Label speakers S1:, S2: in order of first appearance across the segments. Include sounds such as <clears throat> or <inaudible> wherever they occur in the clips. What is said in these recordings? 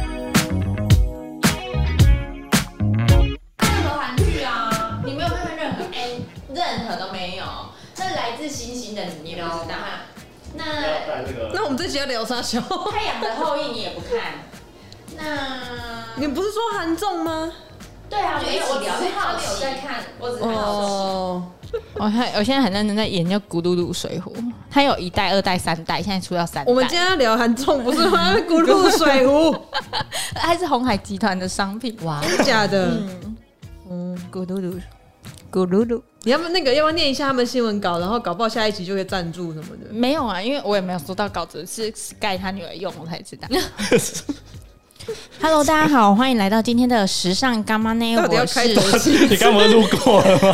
S1: 啊
S2: <laughs> 那我们这集要聊啥小？
S3: 太阳的后裔你也不看，那
S2: <laughs> 你不是说韩综吗？
S3: 对啊，
S4: 就
S3: 没有，
S4: 一起
S3: 我只
S4: 聊
S3: 是
S4: 就好
S3: 他没有
S4: 奇
S3: 在看，我只是好奇。
S2: 哦，
S1: 我看我现在很认真在研究《咕噜噜水浒》，它有一代、二代、三代，现在出到三代。
S2: 我们今天要聊韩综，不是吗？咕噜水壶，
S1: 还是红海集团的商品。哇，
S2: 真假的？
S1: 嗯，咕噜噜，咕噜噜。
S2: 你要不那个，要不要念一下他们新闻稿，然后搞不好下一集就可以赞助什么的。
S1: 没有啊，因为我也没有收到稿子，是 Sky 他女儿用我才知道。Hello，大家好，欢迎来到今天的时尚干妈内，
S2: 到底要
S1: 我
S2: 开
S1: 是
S2: 头几
S5: 你刚不是路过了吗？
S1: 不是因为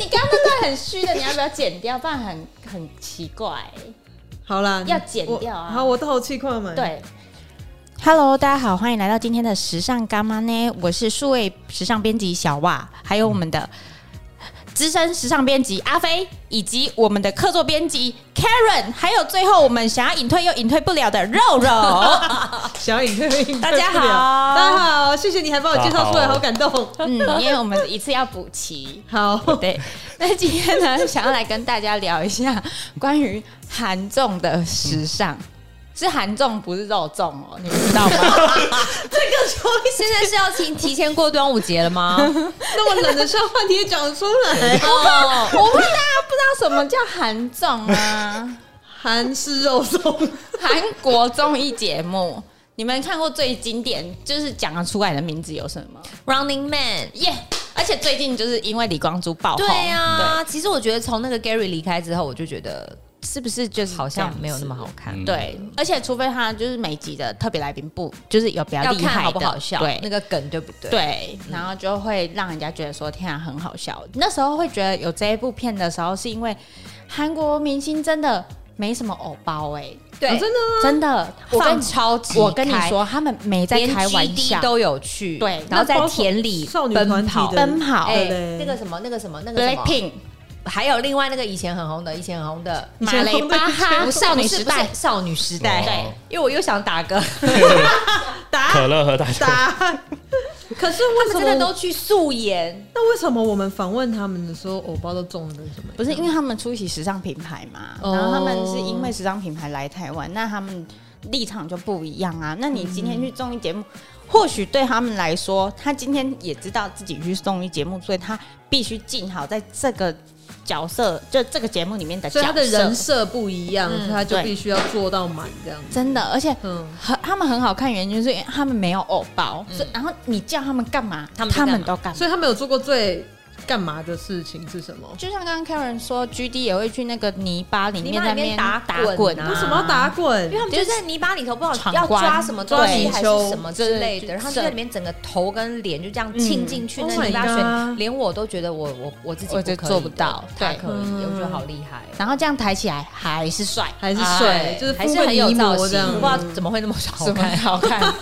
S1: 你刚刚那段很虚的，你要不要剪掉？不然很很奇怪。
S2: <laughs> 好啦，
S1: 要剪
S2: 我
S1: 掉啊
S2: 好，我透气快门。，
S1: 对，Hello，大家好，欢迎来到今天的时尚干妈呢，我是数位时尚编辑小袜，还有我们的资深时尚编辑阿飞，以及我们的客座编辑 Karen，还有最后我们想要隐退又隐退不了的肉肉。 <laughs>
S2: 小影特别
S1: 大家好
S2: <laughs> 大家好，谢谢你还把我介绍出来，
S5: 大家好
S2: 好感动。
S1: 嗯，因为我们一次要补齐。
S2: 好，
S1: <laughs> 对，那今天呢，想要来跟大家聊一下关于韩综的时尚。是韩综，不是肉粽哦，你们知道吗？ <laughs>
S4: 现在是要提提前过端午节
S1: <laughs>
S4: 了吗？
S2: <laughs>
S1: 哦
S2: 那么冷的笑话你也讲得出来？
S4: 哦，
S1: 我怕大家不知道什么叫韩综啊，
S2: 韩式
S1: <laughs>
S2: 肉粽，
S1: 韩国综艺节目。你们看过最经典，就是讲得出来的名字有什么？
S4: Running Man。
S1: 耶、而且最近就是因为李光洙爆红，
S4: 对啊，其实我觉得从那个 Gary 离开之后，我就觉得是不是就是好像没有那么好看，
S5: 嗯
S1: 对，而且除非他就是每集的特别来宾不，就是有比较
S4: 要
S1: 厉害的，
S4: 看好不好笑，
S1: 对
S4: 那，个梗对不对？，
S1: 对，然后就会让人家觉得说天啊很好笑。那时候会觉得有这一部片的时候，是因为韩国明星真的没什么偶包哎、
S4: 对
S2: 哦真的吗？
S1: 真的，我
S4: 放
S1: 跟
S4: 超级
S1: 我跟你
S4: 开，
S1: 说，他们没在
S4: 连
S1: 开玩
S4: GD
S1: 笑，
S4: 都有去，
S1: 对
S4: 然
S2: 那包
S4: 后在
S2: 括
S4: 田里
S2: 少女团
S4: 奔
S2: 体
S4: 跑
S2: 的。
S1: 奔跑、
S4: 哎、
S2: 嘞
S4: 那个什么，那个什么，那个什么
S1: Blackpink、
S4: 还有另外那个以前很红的，以前很红的
S1: 马雷巴哈、少女时代
S4: 不是不是少女时代。
S1: 对，
S4: 因为我又想
S1: <laughs>
S4: 打歌，
S5: 可乐和大家，
S2: 打。可是为
S4: 他
S2: 什
S4: 们真的
S2: 么？
S4: 都去素颜，
S2: 那为什么我们访问他们的时候，偶包都中了跟什么一样？
S1: 不是因为他们出席时尚品牌嘛，
S2: 哦
S1: 然后他们是因为时尚品牌来台湾，那他们立场就不一样啊。那你今天去综艺节目，或许对他们来说，他今天也知道自己去综艺节目，所以他必须尽好在这个角色，就这个节目里面的角
S2: 所以
S1: 色。
S2: 他的人设不一样，
S4: 嗯
S2: 所以他就
S1: 对
S2: 必须要做到满这样子。
S1: 真的，而且
S2: 嗯，
S1: 很他们很好看，原因就是因为他们没有偶包，所以然后你叫他们干嘛，
S4: 他们就
S1: 他
S4: 干嘛
S1: 们都干嘛。
S2: 所以他们有做过最干嘛的事情是什么？
S1: 就像刚刚 Karen 说，G D 也会去那个泥巴里
S4: 泥
S1: 面
S4: 巴
S1: 在那
S4: 里
S1: 边
S4: 面
S1: 打
S4: 打滚
S1: 滚
S4: 啊
S2: 为什么要打滚
S4: 因为？他们就在泥巴里头，不知道
S1: 闯
S4: 要
S1: 关
S4: 抓什么东西
S2: 对
S4: 还是什么之类
S1: 就
S4: 的，
S1: 是
S4: 然后就在里面整个头跟脸就这样浸进去
S2: 嗯
S4: 那泥巴
S2: Oh my
S4: 水，
S2: god
S4: 连我都觉得我我我自己
S1: 我就
S4: 不可以
S1: 做不到
S4: 他
S1: 对
S4: 可以，
S2: 嗯
S4: 我觉得好厉害。哦
S1: 然后这样抬起来还是帅，
S2: 还是
S4: 哎
S2: 水，就是
S4: 还
S2: 敷
S4: 是
S2: 个
S4: 很有
S2: 泥
S4: 造
S2: 膜
S4: 型
S2: 这样，
S4: 不知道怎么会那么好
S1: 什么
S4: 看。
S1: 好看。
S4: <laughs>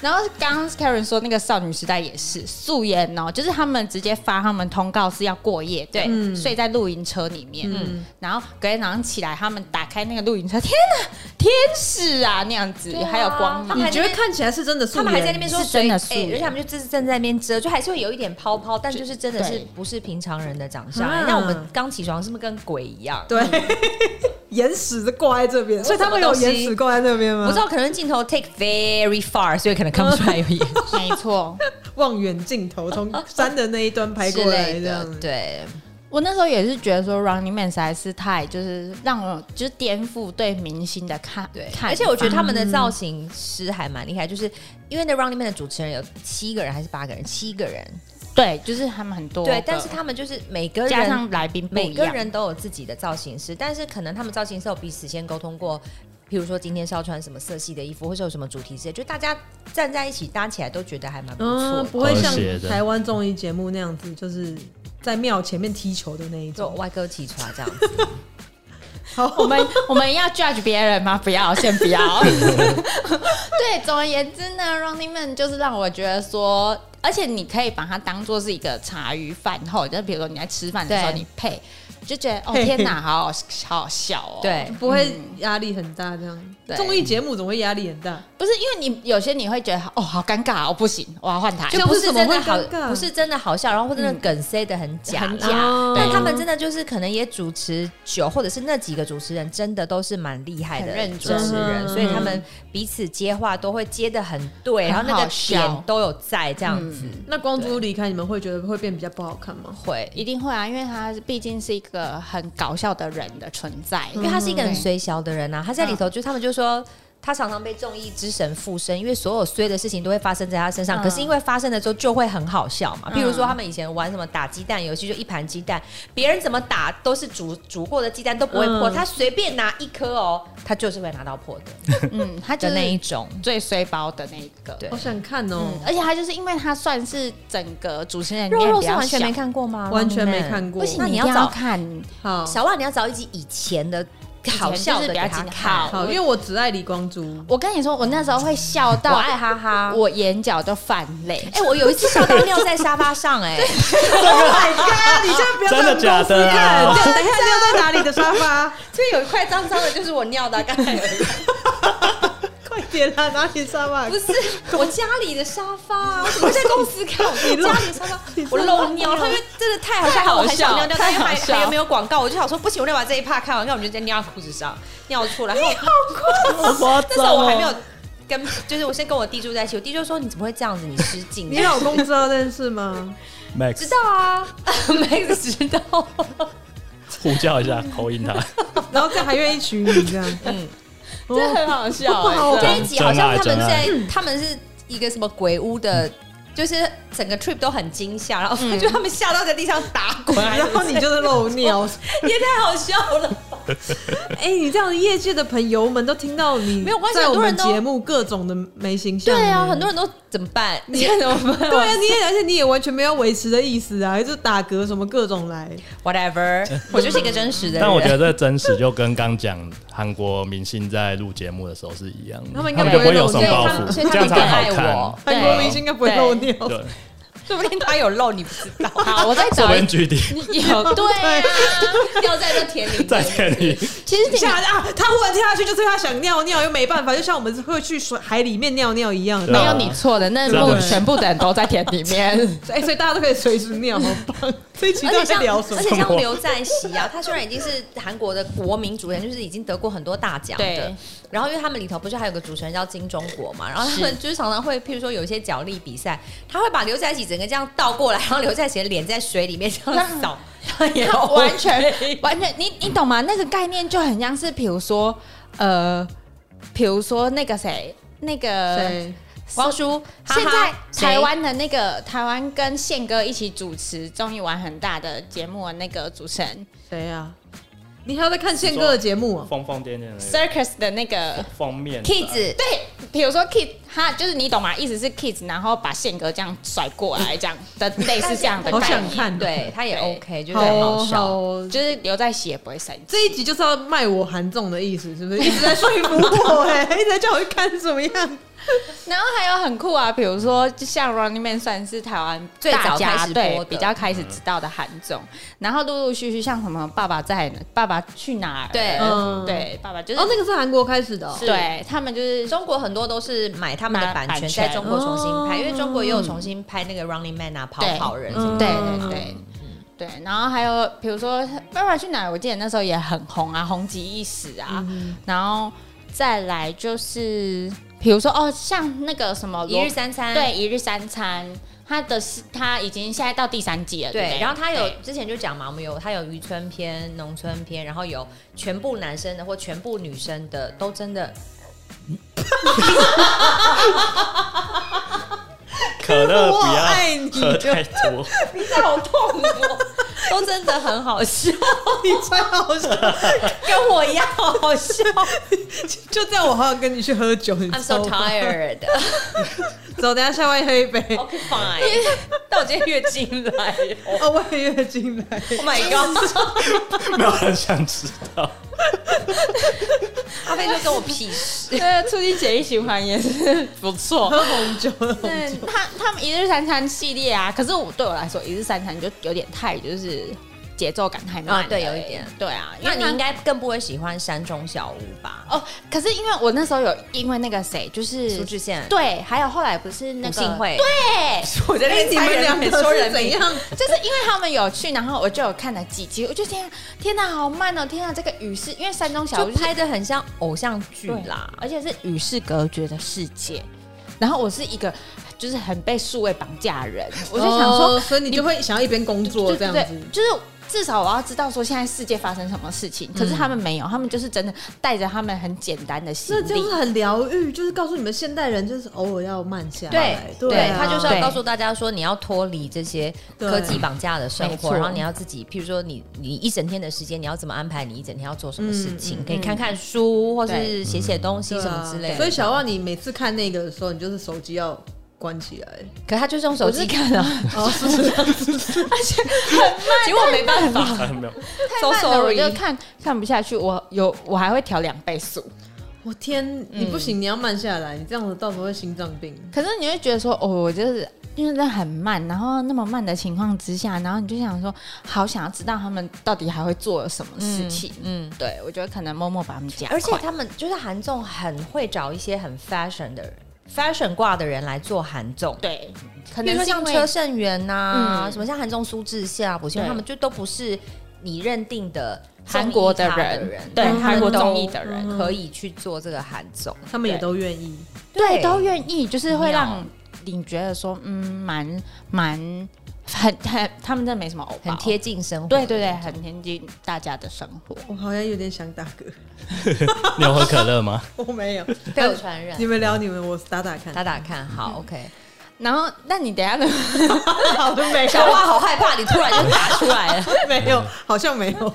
S1: 然后刚刚 Karen 说那个少女时代也是素颜哦，就是他们直接发他们通告是要过夜，对，
S2: 嗯
S1: 睡在露营车里面，
S2: 嗯
S1: 然后隔天早上起来，他们打开那个露营车，天哪，天使啊那样子，
S4: 对啊
S1: 还有光芒
S4: 他们，
S2: 你
S4: 还
S2: 觉得看起来是真的素
S4: 他
S2: 颜？
S4: 们还在那边说
S1: 是真
S4: 水，
S1: 的
S4: 哎
S1: 素颜
S4: 而且他们就就是站在那边遮，就还是会有一点泡泡，但就是真的是
S1: 对
S4: 不是平常人的长相。哎
S2: 啊
S4: 那我们刚起床是不是跟鬼一
S1: 啊
S4: 样？
S2: 对，
S4: <laughs>
S2: <laughs> 眼屎是挂在这边，所以他们有眼屎挂在那边吗？
S4: 我知道可能镜头 take very far，所以可能看不出来
S1: <laughs>
S4: 有眼
S1: 没错。
S2: 望远镜头从山的那一端拍
S4: <laughs> 之
S2: 过来
S4: 类
S2: 这样
S4: 的
S2: 子。。
S4: 对，
S1: 我那时候也是觉得说 Running Man 实在是太就是让我就是颠覆对明星的看
S4: 对，
S1: 看法，
S4: 而且我觉得他们的造型师还蛮厉害，就是因为那 Running Man 的主持人有七个人还是八个人，七个人，
S1: 对，就是他们很多
S4: 对
S1: 个，
S4: 但是他们就是每个
S1: 加
S4: 人
S1: 上来宾不
S4: 每
S1: 一
S4: 个
S1: 样，
S4: 人都有自己的造型师，但是可能他们造型师有彼此先沟通过，譬如说今天是要穿什么色系的衣服，或者有什么主题之类，就大家站在一起搭起来都觉得还蛮不错
S2: 嗯，
S4: 的。
S2: 不会像
S5: 和谐的
S2: 台湾综艺节目那样子，就是在庙前面踢球的那一
S4: 就
S2: 种。
S4: 歪哥起床这样子，
S1: <laughs> 我们我们要 judge 别人吗？不要，先不要。
S4: <laughs>
S1: 对，总而言之呢，Running Man 就是让我觉得说，而且你可以把它当做是一个茶余饭后，就比如说你在吃饭的时候
S4: 对
S1: 你配。就觉得哦
S2: 嘿嘿
S1: 天哪，好好好好笑哦。，
S4: 对，
S2: 不会
S4: 嗯
S2: 压力很大这样
S1: 对。
S2: 综艺节目总会压力很大，
S1: 不是因为你有些你会觉得哦好尴尬哦，不行，我要换台。
S4: 就不是真的好
S2: 像是怎么会尴，尬
S4: 不是真的好笑，然后或者那个梗塞的很假
S1: 很
S4: 啦。
S1: 假
S2: 哦
S4: 但他们真的就是可能也主持久，或者是那几个主持人真的都是蛮厉害的
S1: 很认
S4: 主
S1: 真
S4: 持人，
S2: 嗯
S4: 所以他们彼此接话都会接的很嗯对，
S1: 很
S4: 然
S1: 好
S4: 后那个
S1: 笑
S4: 点都有在这样子。
S2: 那光珠离开，你们会觉得会变比较不好看吗？
S1: 会一定会啊，因为他毕竟是一个很搞笑的人的存在，
S4: 因为他是一个
S1: 嗯
S4: 很衰小的人啊，他在里头就他们就说。他常常被众议之神附身，因为所有衰的事情都会发生在他身上。
S1: 嗯
S4: 可是因为发生了之后，就会很好笑嘛。
S1: 嗯
S4: 譬如说，他们以前玩什么打鸡蛋游戏，就一盘鸡蛋，别人怎么打都是煮煮过的鸡蛋都不会破，
S2: 嗯
S4: 他随便拿一颗哦，他就是会拿到破的
S1: 嗯，他就
S4: 的那一
S1: 是
S4: 种。
S1: 最衰包的那一个。
S4: 对
S2: 好想看哦
S1: 嗯，，而且他就是因为他算是整个主持人里
S4: 肉
S1: 面
S4: 肉
S1: 比
S4: 是
S1: 较
S4: 完全
S1: 小
S4: 没看过吗？
S2: 完全没
S4: Running Man
S2: 看过
S1: 不行，
S4: 那
S1: 你
S4: 你
S1: 一
S4: 要
S1: 定要
S4: 找
S1: 看
S2: 好
S4: 小万，你要找一集以前的好笑的
S1: 就
S4: 给
S1: 是
S4: 他
S1: 比较
S4: 看。
S2: 好，因为我只爱李光洙。
S1: 我跟你说，我那时候会笑
S4: 我
S1: 到
S4: 爱哈哈，
S1: 我眼角都泛
S4: <laughs>
S1: 泪。
S4: 哎、我有一次笑到尿在沙发上、哎。
S2: 哎
S4: 啊
S2: 呀，你现在不
S5: <laughs>
S2: 要
S5: 真的假的
S2: 看，
S5: 啊？
S2: 等一下尿在哪里的沙发？ <laughs>
S4: 所以有一块脏脏的，就是我尿的，刚才有一块
S2: 快点啊，哪里沙发
S4: 不？ <laughs> 是我家里的沙发、啊，我怎么会在公司看？我家里的沙发 <laughs> 我漏尿，因为真的太好笑，
S1: 太好笑
S4: 我还想尿尿，但
S1: 太
S4: 是
S1: 好
S4: 还
S1: 笑
S4: 还有没有广告？我就想说不行，我得把这一趴看完，看我就在尿裤子上尿出来。你 <laughs> 好夸张！啊那时候我还没有跟，就是我先跟我弟住在一起，我弟就说你怎么会这样子？你失禁？
S2: 你老公知道这件事吗？
S4: <laughs> 知
S5: Max
S4: 道 <laughs> 啊？Max 知道。
S5: 呼叫一下，口音他。
S2: 然后这样还愿意娶你这样？
S4: <laughs> 嗯
S2: 嗯，
S1: 这很好笑、
S2: 不好
S1: 哎真
S4: 哦这
S1: 的
S4: 一集好像他们
S5: 真爱
S4: 在，
S1: 嗯
S4: 他们是一个什么鬼屋的，就是整个 trip 都很惊吓，然后
S1: 嗯
S4: 就他们吓到在地上打滚，
S2: 然后你就是漏
S4: <laughs>
S2: 尿。
S4: 也太好笑
S1: <laughs>
S4: 了。
S2: 哎、你这样业界的朋友们都听到你
S4: 没有关系
S2: 在我
S4: 很
S2: 们
S4: 多人都
S2: 节目各种的没形象。
S4: 对啊，很多人都怎么办？你
S1: 嗯 <laughs> 你看怎么办？
S2: 对啊，你也而且你也完全没有维持的意思啊，就打嗝什么各种来。
S4: whatever，我就是一个真实的人。
S5: 但我觉得这真实就跟刚讲韩国明星在录节目的时候是一样的，
S2: 他
S5: 他们
S2: 们应该
S5: 就不会有
S2: 不
S5: 什
S2: 会
S5: 么
S2: 漏
S5: 包
S4: 所以
S5: 袱，
S4: 他
S5: 这样
S4: 们
S5: 才
S4: 所以他们更爱我
S5: 好
S2: 韩国明星应该不会漏尿，
S5: 看。对，
S4: 说不定他有漏，你不知道。
S1: 好，我再
S5: 这
S1: 找一
S5: 边举例，
S1: <laughs>
S4: <laughs>
S1: 有对啊，
S4: 掉在那田里，
S5: 再见你。
S1: 其实
S2: <laughs> 下
S1: 这
S2: 啊，他忽然跳下去，就是他想尿尿又没办法，就像我们会去水海里面尿尿一样。
S5: 对
S1: 没
S5: 啊
S1: 有你错的，那
S5: 真
S1: 幕
S5: 的
S1: 全部的人都在田里
S4: <laughs>
S1: 面。
S2: 哎、所以大家都可以随时尿，好棒！这一期
S4: 而
S2: 到
S4: 且
S2: 底在
S4: 像
S2: 聊什么
S4: 而？且像刘在熙啊，他 <laughs> 虽然已经是韩国的国民主持人，就是已经得过很多大奖的
S1: 对。
S4: 然后因为他们里头不是还有个主持人叫金钟国嘛，然后他们就是常常会，譬如说有一些角力比赛，他会把刘在熙整个这样倒过来，然后刘在熙的脸在水里面这样
S1: <laughs>
S4: 扫，他也
S1: 他
S4: OK <laughs>
S1: 完全 <laughs> 完全，你你懂吗？那个概念就很像是，比如说，呃，比如说那个谁，那个
S4: 啊
S2: 对，
S4: 王叔，
S1: 现在
S4: 哈哈
S1: 台湾的那个台湾跟宪哥一起主持综艺玩很大的节目的那个主持人
S2: 谁啊？你还要在看宪哥的节目啊？
S5: 疯疯癫癫的
S1: Circus 的那个，
S5: 封面
S4: Kids
S1: 对，比如说 Kids，他就是你懂吗？意思是 Kids，然后把宪哥这样甩过来，这样的类似这样的
S2: 好
S1: 概
S2: 想
S1: 念，
S2: 看，，
S4: 对，他也
S1: 对
S4: OK，就是
S2: 好
S4: 很好
S2: 哦
S4: 笑。
S2: 好哦
S1: 就是留在写不会生气。
S2: 这一集就是要卖我韩综的意思，是不是？一直在说服我、 <laughs> 哎，一直在叫我去看怎么样？
S1: 然后还有很酷啊，比如说就像 Running Man 算是台湾
S4: 最早
S1: 大家
S4: 开始播
S1: 对
S4: 的
S1: 比较开始知道的韩综，然后陆陆续续像什么爸爸在哪爸爸去哪儿，
S4: 对
S2: 嗯
S1: 对爸爸就是、
S2: 哦，那个是韩国开始 <laughs> 的、哦，
S1: 对他们就是
S4: 中国很多都是买他们的
S1: 买
S4: 版
S1: 版
S4: 权，
S1: 权嗯
S4: 在中国重新拍，
S2: 哦
S4: 因为中国也有重新拍那个《Running Man》啊，《跑
S1: 对
S4: 跑人》什
S2: 嗯
S4: 么
S1: 对
S4: 的。
S1: 对对。对，然后还有比如说《爸爸去哪儿》，我记得那时候也很红啊，红极一时啊。然后再来就是，比如说哦，像那个什么
S4: 一
S1: 罗
S4: 日三餐，
S1: 对一日三餐，它的是它已经现在到第三季了，对不
S4: 对
S1: 对，<laughs>
S4: 然后他有
S1: 对
S4: 之前就讲嘛，我们有他有渔村篇、农村篇，然后有全部男生的或全部女生的，都真 <laughs> 的
S5: 可乐不
S2: 我爱你
S5: 要喝太多，
S4: 好痛哦， <laughs> 都真的很好笑，
S2: 哦你最好笑，
S4: 跟我一样好好笑。
S2: 就这样，我好想跟你去喝酒，你
S4: <laughs> I'm
S2: 知
S4: so
S2: 道吗？
S4: tired. <laughs>
S2: 走，等一下下班喝一杯。
S4: OK, fine. <laughs> 但我今天月经来了
S2: 哦，我也月经来，
S4: <laughs> ，Oh my god！
S5: 没有人想知道。
S4: 阿飞说跟我屁 <laughs> 事。
S1: 对，促进血液循环也是不错。
S2: 喝红 <laughs> 酒，喝红
S1: 对，他他们一日三餐系列啊，可是我对我来说一日三餐就有点太就是节奏感太慢了、
S4: 啊对有一点，
S1: 对啊。因
S4: 那
S1: 为
S4: 你
S1: 它
S4: 应该更不会喜欢山中小屋吧？
S1: 哦，可是因为我那时候有因为那个谁，就是
S4: 苏志燮、
S1: 对，还有后来不是那
S4: 吴
S1: 个
S4: 信惠，
S1: 对，
S4: 我在
S2: 哎，你们两个
S4: 说
S2: 是
S4: 人
S2: 怎
S4: 名，
S2: 样？
S1: 就是因为他们有去，然后我就有看了几集，我就天、啊、天哪，好慢哦，天哪，这个与世，因为山中小屋
S4: 就
S1: 就是
S4: 拍的很像偶像剧
S1: 对
S4: 啦。
S1: 而且是与世隔绝的世界。然后我是一个就是很被数位绑架的人，我就想说，
S2: 哦所以你就会想要一边工作
S1: 对
S2: 这
S1: 对
S2: 样
S1: 对
S2: 子，，
S1: 就是至少我要知道说现在世界发生什么事情。可
S2: 嗯
S1: 是他们没有，他们就是真的带着他们很简单的心
S2: 那这样
S1: 力
S2: 子。很疗愈，就是告诉你们现代人就是偶尔要慢下来，
S4: 对，
S2: 啊
S4: 他就是
S1: 对
S4: 要告诉大家说，你要脱离这些
S2: 对
S4: 科技绑架的生
S1: 没错
S4: 活，然后你要自己，譬如说你你一整天的时间，你要怎么安排你一整天要做什么事情，
S2: 嗯嗯
S4: 可以看看书或
S1: 对
S4: 是写写东西
S2: 对啊
S4: 什么之类的。
S2: 所以小旺，你每次看那个的时候，你就是手机要关起来，
S4: 可他就是用手机看啊，
S2: 哦，是不是？
S4: <laughs> 结果没办法
S5: 哎没有，
S1: 慢了
S4: ，so
S1: 我
S4: sorry。
S1: 就看看不下去，我有我还会调两倍速。
S2: 我天，你不行，你要慢下来，你这样子到时候会心脏病。
S1: 可是你会觉得说，哦，我就是因为那很慢，然后那么慢的情况之下，然后你就想说，好想要知道他们到底还会做什么事情。
S4: 嗯，
S1: 对，我觉得可能默默把他们加快，
S4: 而且他们就是韩综很会找一些很 fashion 的人，fashion 挂的人来做韩综。
S1: 对，可
S4: 比如
S1: 能
S4: 说
S1: 是因
S4: 像
S1: 为
S4: 车胜元呐、
S1: 嗯
S4: 什么像韩综、苏志燮啊、朴信惠
S1: 对
S4: 他们，就都不是你认定的
S1: 韩国的
S4: 综艺咖
S1: 人
S4: 人
S1: 对
S4: 但他
S1: 韩
S4: 们
S1: 国
S4: 都嗯
S1: 综艺的人
S4: 可以去做这个韩综，
S2: 他们也都愿意，
S1: 对
S4: 对
S1: 都愿意，就是会
S4: 妙
S1: 让你觉得说，嗯，蛮蛮很 <laughs> 很，他们真的没什么偶包，
S4: 很贴，近生活。
S1: 对对对，很贴近大家的生活。
S2: 我好像有点想打嗝， <laughs>
S5: 你有喝可乐吗？
S2: 我没有。
S4: 被我传染嗯
S2: 你。们聊你们，我打打 <laughs> 看。
S4: 打打看好，OK。
S1: 然后，那你等一下 <laughs> 呢？
S2: 好的，没
S4: <laughs> 小花好害怕，你突然就打出来了。
S2: 没有，好像没 <laughs> 有。
S1: <laughs>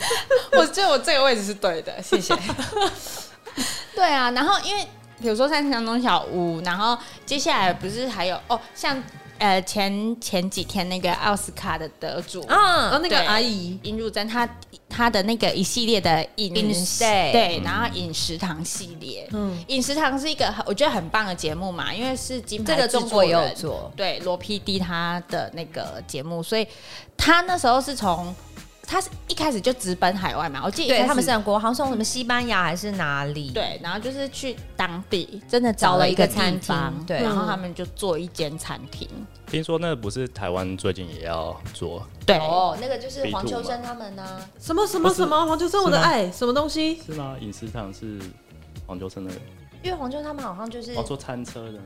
S1: 我觉得我这个位置是对的，谢谢。 <laughs> 对啊，然后因为比如说像山东小屋，然后接下来不是还有哦，像呃前前几天那个奥斯卡的得主
S2: 然后
S4: <laughs> 嗯，
S2: 那个
S1: 对
S2: 阿姨，
S1: 尹汝贞她她的那个一系列的饮
S4: 饮
S1: 食嗯
S4: 食
S1: 对，然后饮食堂系列，
S2: 嗯，
S1: 饮食堂是一个很我觉得很棒的节目嘛，因为是金牌
S4: 这个
S1: 制作
S4: 中国也有
S1: 人
S4: 做，
S1: 对罗 PD 他的那个节目，所以他那时候是从他是一开始就直奔海外嘛，我记得一开
S4: 对
S1: 始
S4: 他们是韩国，好像从什么西班牙还是哪里？，
S1: 对，然后就是去当地真的
S4: 找
S1: 找了
S4: 了
S1: 一
S4: 一
S1: 个
S4: 个
S1: 餐
S4: 餐
S1: 厅
S4: 厅，嗯对
S1: 然后他们就做一间餐厅，
S5: 听说那不是台湾最近也要做，
S1: 对，
S4: 哦，那个就是黄
S5: B2
S4: 秋生他们呢。
S2: 什么什么什么，黄秋生我的
S5: 是吗
S2: 爱，什么东西？
S5: 是吗？饮食堂是黄秋生那个，
S4: 因为黄秋生他们好像就是
S5: 哦，做餐车的那个，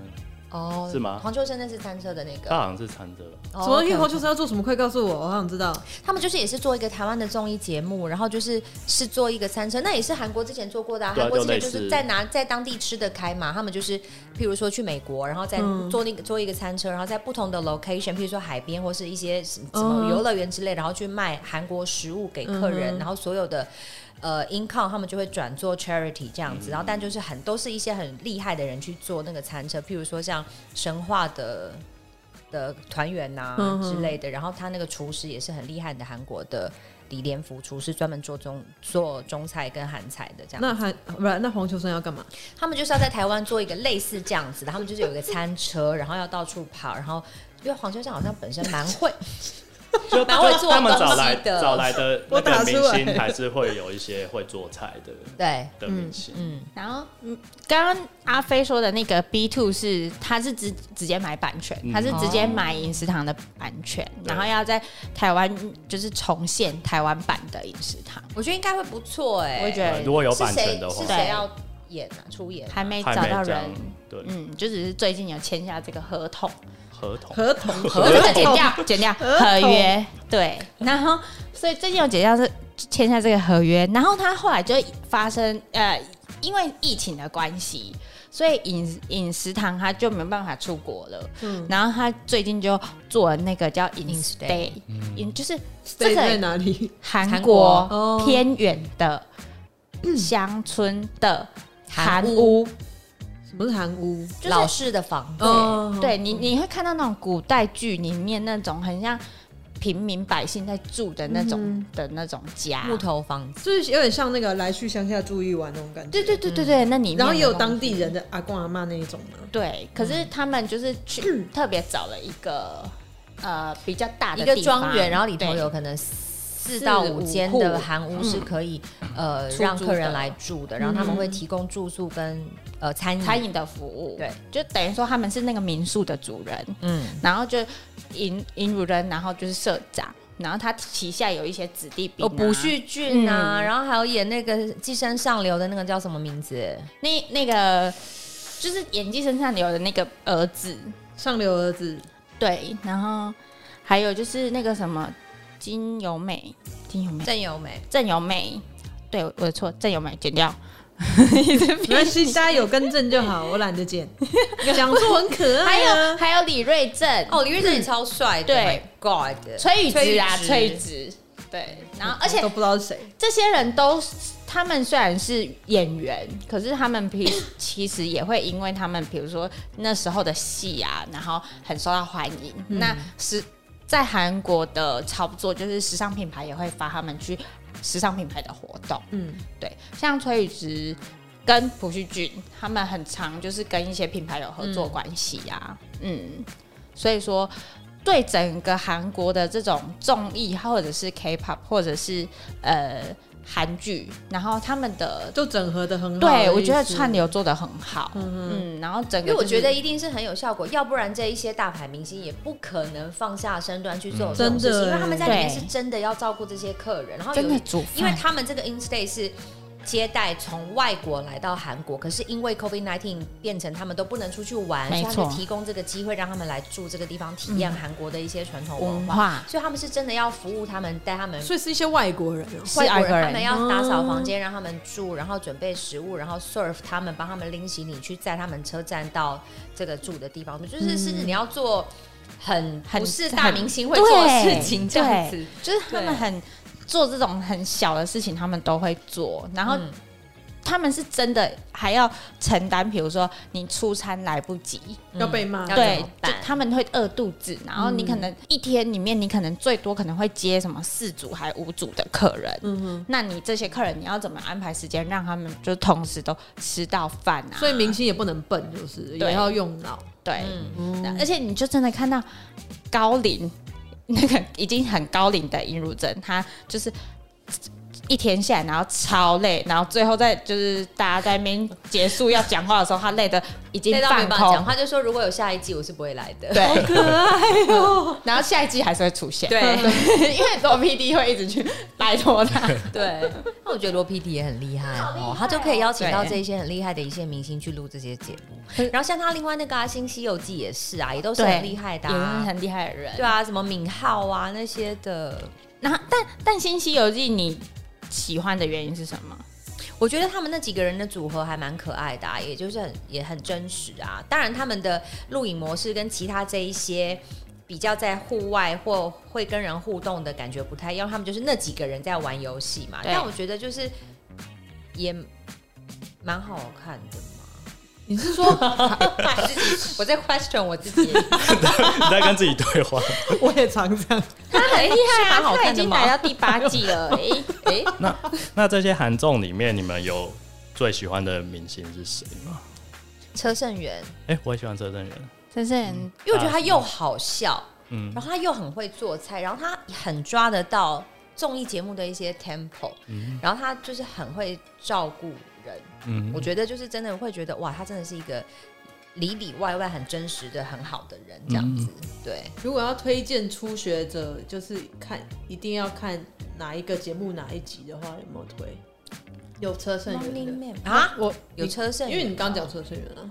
S4: 哦
S5: 是吗
S4: 黄秋生那是餐车的那
S5: 他
S4: 个，
S5: 好像是餐车吧？
S2: 什么？因为
S4: 哦
S2: 黄秋生要做什么？快告诉我，我好想知道。
S4: 他们就是也是做一个台湾的综艺节目，然后就是是做一个餐车，那也是韩国之前做过的、啊，
S5: 对啊
S4: 韩国之前
S5: 就
S4: 就
S5: 类似
S4: 是在拿在当地吃的开嘛，他们就是譬如说去美国，然后再
S2: 嗯
S4: 做那个、做一个餐车，然后在不同的 location，譬如说海边或是一些什么什
S2: 嗯
S4: 么游乐园之类，然后去卖韩国食物给客人，
S2: 嗯哼
S4: 然后所有的。呃，income 他们就会转做 charity 这样子，然后但就是很都是一些很厉害的人去做那个餐车，譬如说像神话的的团员呐、
S2: 嗯哼
S4: 之类的，然后他那个厨师也是很厉害的韩国的李连福厨师，专门做中做中菜跟韩菜的这样。
S2: 那还不然？那黄秋生要干嘛？
S4: 他们就是要在台湾做一个类似这样子的，他们就是有一个餐车，然后要到处跑，然后因为黄秋生好像本身蛮会，
S5: 就
S4: 蛮会做
S5: 他们找
S4: 东西
S5: 来
S4: 的
S5: 找来
S4: <laughs>
S5: 的
S2: 我
S5: 那
S2: 打
S5: 个
S2: 出
S5: 明
S2: 来
S5: 星，还是会有一些会做菜的
S4: 对，
S5: 的明星。
S4: 嗯，
S1: 然后，嗯，刚刚阿飞说的那个 B two 是，他是直直接买版权，
S5: 嗯
S1: 他是直接
S4: 哦
S1: 买饮食堂的版权，
S5: 对
S1: 然后要在台湾就是重现台湾版的饮食堂。
S4: 我觉得应该会不错哎、
S1: 我也觉得
S5: 对如果有
S4: 是
S5: 版权
S4: 谁
S5: 的话
S4: 是，
S1: 对
S4: 谁要演啊出演啊？
S1: 还没
S5: 还
S1: 找
S5: 没
S1: 到
S5: 这样
S1: 人，
S5: 对
S1: 嗯，就只是最近有签下这个合同，
S5: 合同。
S2: 合同，
S1: <laughs> 这个剪掉，剪掉
S2: 合同
S1: 合约，对，然后所以最近有剪掉这签下这个合约，然后他后来就发生呃，因为疫情的关系，所以饮饮食堂他就没办法出国了，
S2: 嗯
S1: 然后他最近就做了那个叫饮
S4: In
S1: stay，饮就是
S2: 这
S1: 这
S2: 在
S1: 个
S2: 哪里？
S1: 韩
S4: 韩
S1: 国
S2: 国
S1: 偏远的乡村的韩
S4: 韩
S1: 屋，
S2: 什么是韩屋？
S1: 就是
S4: 老式的房子、
S2: 哦，
S1: 对你你会看到那种古代剧里面那种很像平民百姓在住的那种、
S2: 嗯
S1: 的那种家，
S4: 木头房子。
S2: 就是有点像那个来去乡下住一晚那种感觉。
S1: 对对对对
S4: 嗯
S1: 对，那里面
S2: 然后也有
S1: 的东西
S2: 当地人的阿公阿妈那一种嘛。
S1: 对，可
S4: 嗯
S1: 是他们就是
S4: <clears throat>
S1: 去、特别找了一个呃比较大的
S4: 一个
S1: 地方
S4: 庄园，然后里头
S1: 对
S4: 有可能四到五间的
S2: 户
S4: 韩屋是可以、呃
S1: 出租的
S4: 让客人来住的，然后他们会提供住宿跟呃嗯餐饮。
S1: 餐饮的服务，
S4: 对，
S1: 就等于说他们是那个民宿的主人，
S4: 嗯，
S1: 然后就引引主人，然后就是社长，然后他旗下有一些子弟兵、
S4: 有
S1: 啊，
S4: 朴哦叙俊啊，
S1: 嗯
S4: 然后还有演那个《寄生上流》的那个叫什么名字？
S1: 那那个就是演技身上流的那个儿子，
S2: 上流儿子，
S1: 对，然后还有就是那个什么金由美，金由美，
S4: 郑有美。
S1: 郑由美，对我的错，郑由美剪掉，
S2: 没关系，大家有更正就好，我懒
S1: <laughs>
S2: 得剪。讲座很可
S1: 还
S2: 爱
S1: 有
S2: 啊，
S1: 还有李瑞正，
S4: 哦，李玉珍也超帅的，
S1: 对
S4: Oh，My God，
S1: 崔宇植啊，
S4: 崔
S1: 崔
S4: 宇
S1: 宇
S4: 植
S1: 植，对，然后而且
S2: 都不知道是谁，
S1: 这些人都是，他们虽然是演员，可是他们平其实也会因为他们，比如说那时候的戏啊，然后很受到欢迎。
S4: 嗯
S1: 那时在韩国的操作，就是时尚品牌也会发他们去时尚品牌的活动。
S2: 嗯，
S1: 对，像崔宇植跟朴叙俊，他们很常就是跟一些品牌有合作关系啊，嗯，所以说对整个韩国的这种综艺，或者是 K-pop，或者是呃韩剧，然后他们的。
S2: 就整合的很好。
S1: 对，我觉得串，流做的很好，嗯然后整
S4: 因
S1: 个、
S4: 为我觉得一定是很有效果，要不然这一些大牌明星也不可能放下身段去做这种事
S2: 真
S4: 情，
S2: 的
S4: 因为他们在里面
S1: 对
S4: 是真的要照顾这些客人，然后有
S1: 真的煮饭，
S4: 因为他们这个 instay 是接待从外国来到韩国，可是因为 COVID 19变成他们都不能出去玩，所
S1: 没
S4: 以
S1: 错嗯
S4: 他们提供这个机会让他们来住这个地方，体验韩国的一些传统文
S1: 文
S4: 化，
S1: 化
S4: 所以他们是真的要服务他们，带他们。
S2: 所以是一些外国人哦。
S1: 是
S4: 外国
S1: 外国
S4: 人
S1: 人
S4: 他们要打扫房间，让他们住，然后准备食物，然后 serve 他们，帮他们拎行李去载他们车站到这个住的地方，就是是你要做很
S1: 嗯很
S4: 不是大明星会做的
S1: 对
S4: 事情这样子，
S1: 就是他们很做这种很小的事情，他们都会做，然后
S4: 嗯
S1: 他们是真的还要承担，比如说你出餐来不及，
S2: 要被骂
S4: 要
S1: 对
S4: 怎么，
S1: 就
S4: 办
S1: 他们会饿肚子，然后你可能一天里面，你可能最多可能会接什么四组还五组的客人，
S2: 嗯哼，
S1: 那你这些客人你要怎么安排时间，让他们就同时都吃到饭啊？
S2: 所以明星也不能笨，就是
S1: 对
S2: 也要用脑。
S1: 对，
S4: 嗯
S1: 那而且你就真的看到高龄那个已经很高龄的尹汝贞，她就是。一天下来，然后超累，然后最后在就是大家在那边结束要讲话的时候，她累的已经
S4: 累到没
S1: 放
S4: 办法讲，
S1: 空，
S4: 他就说如果有下一季，我是不会来的。
S1: 对，
S2: 可爱哦，
S1: <laughs> 然后下一季还是会出现， <laughs>
S4: <laughs> 对
S1: 因为罗 PD 会一直去拜托他，
S4: 对，那我觉得罗 PD 也很厉害哦，他就可以邀请到这些很厉害的一些明星去录这些节目。然后像他另外那个啊《新西游记》也是啊，也 <laughs> 都是很厉害的、
S1: 也是
S4: 啊，
S1: 很厉害的人。
S4: 对啊，什么敏浩啊那些的，
S1: 然后，但但《新西游记》你喜欢的原因是什么？
S4: 我觉得他们那几个人的组合还蛮可爱的、啊，也就是很也很真实啊。当然，他们的录影模式跟其他这一些。比较在户外或会跟人互动的感觉不太一样，他们就是那几个人在玩游戏嘛。
S1: 对
S4: 但我觉得就是也蛮好看的嘛。 <laughs>
S2: 你是说 <laughs>
S4: 我自己，我在 question 我自己，
S5: <laughs> 你在跟自己对话。 <laughs>
S2: 我也常这样？
S1: 他很厉害啊
S4: 是蛮好看的
S1: 已经
S4: 嘛
S1: 来到第八季了。哎哎，
S5: 那那这些韩综里面，你们有最喜欢的明星是谁吗？
S4: 车胜元，
S5: 哎、我也喜欢车胜元。
S1: 真是很
S4: 因为我觉得他又好笑，
S5: 嗯
S4: 然后他又很会做菜，然后他很抓得到综艺节目的一些 tempo，
S5: 嗯
S4: 然后他就是很会照顾人，
S5: 嗯
S4: 我觉得就是真的会觉得哇，他真的是一个里里外外很真实的、很好的人这样子，
S5: 嗯
S4: 对。
S2: 如果要推荐初学者，就是看一定要看哪一个节目哪一集的话，有没有推？有车胜元的
S4: Running Man 啊，
S2: 我
S4: 有车胜
S2: 因
S4: 元，
S2: 为你刚讲车胜元啊，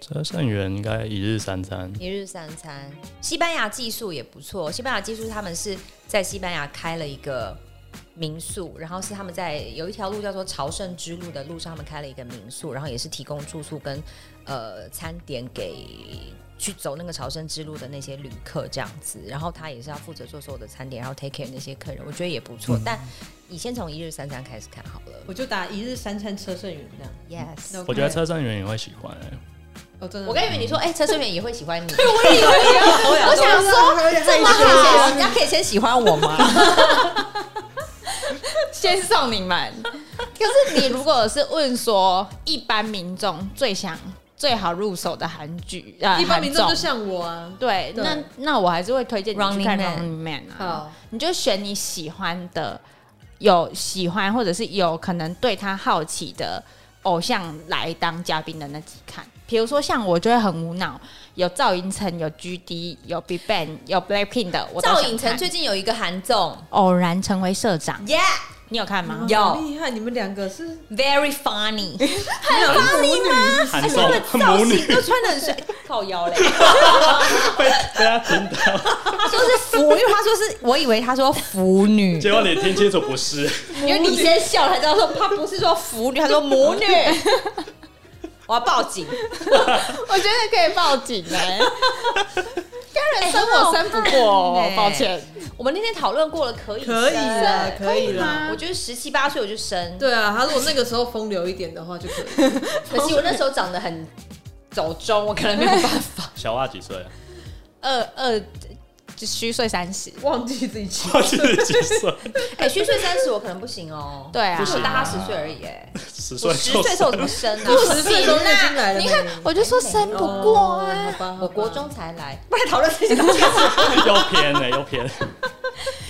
S5: 车胜元应该一日三餐。
S4: 一日三餐，西班牙技术也不错。西班牙技术他们是在西班牙开了一个民宿，然后是他们在有一条路叫做朝圣之路的路上，他们开了一个民宿，然后也是提供住宿跟呃餐点给去走那个朝圣之路的那些旅客这样子。然后他也是要负责做所有的餐点，然后 take care 那些客人，我觉得也不错。但你先从一日三餐开始看好了。
S2: 我就打一日三餐车胜元这样。
S4: Yes，
S2: OK
S5: 我觉得车胜元也会喜欢、欸，
S2: 哦，真的，
S4: 我刚以为你说，哎、车胜元也会喜欢你。 <laughs>
S2: 我想说哦这么
S4: 好，人家可以先喜欢我吗？
S1: 先送你们。可是你如果是问说一般民众最想最好入手的韩剧啊，
S2: 一般民众
S1: 韩
S2: 就
S1: 综
S2: 像我啊。
S1: 对，
S2: 对
S1: 那那我还是会推荐你去看《
S4: Running Man
S1: Running Man》啊。
S2: 好，
S1: 你就选你喜欢的，有喜欢或者是有可能对他好奇的偶像来当嘉宾的那几看。比如说像我就会很无脑，有赵寅成，有 G D，有 Big Bang，有 Blackpink 的，我都想
S4: 赵
S1: 看
S4: 寅成最近有一个韩综
S1: 偶然成为社长，
S4: ，Yeah，very
S1: 你有看吗？
S4: 有
S2: 好厉害，你们两个是
S4: <laughs> funny，
S5: 韩综母女
S4: 都穿的很帅， <laughs> 靠腰嘞，
S5: <laughs> 被被他听到，
S4: 就是腐，因为他说是我以为他说腐
S5: <laughs>
S4: 女， <laughs>
S5: 结果你听清楚不是？
S4: 因为你先笑才知道说他不是说腐女，他说母女， <laughs> 哎我要报警，
S1: 我觉得可以报警哎、当然生
S4: 哎很好
S1: 我生不过哦、
S4: 看欸
S1: 抱歉。
S4: 我们那天讨论过了，可以
S2: 可以
S4: 生
S2: 啦，可以
S1: 吗
S2: 啦。
S4: 我觉得十七八岁我就生，
S2: 对啊，他如果那个时候风流一点的话就可以。
S4: 可惜我那时候长得很走中，我可能没有 <laughs> 办法。
S5: 小袜几岁啊？
S1: 二二就虚岁三十，
S2: 忘记自己几
S5: 我自己几岁？
S4: 哎、虚岁三十我可能不行哦、
S1: 对啊
S4: 因为我大他十岁而已、哎，
S5: 十岁
S4: 我十
S5: 就
S4: 岁的时候我怎么生啊？
S2: 十岁都已经来了，
S1: 你看我就说生不过啊。
S2: 哦好吧好吧
S4: 我国中才来，不然讨论这些东
S5: <laughs>
S4: 西。
S5: 又偏了，又偏了。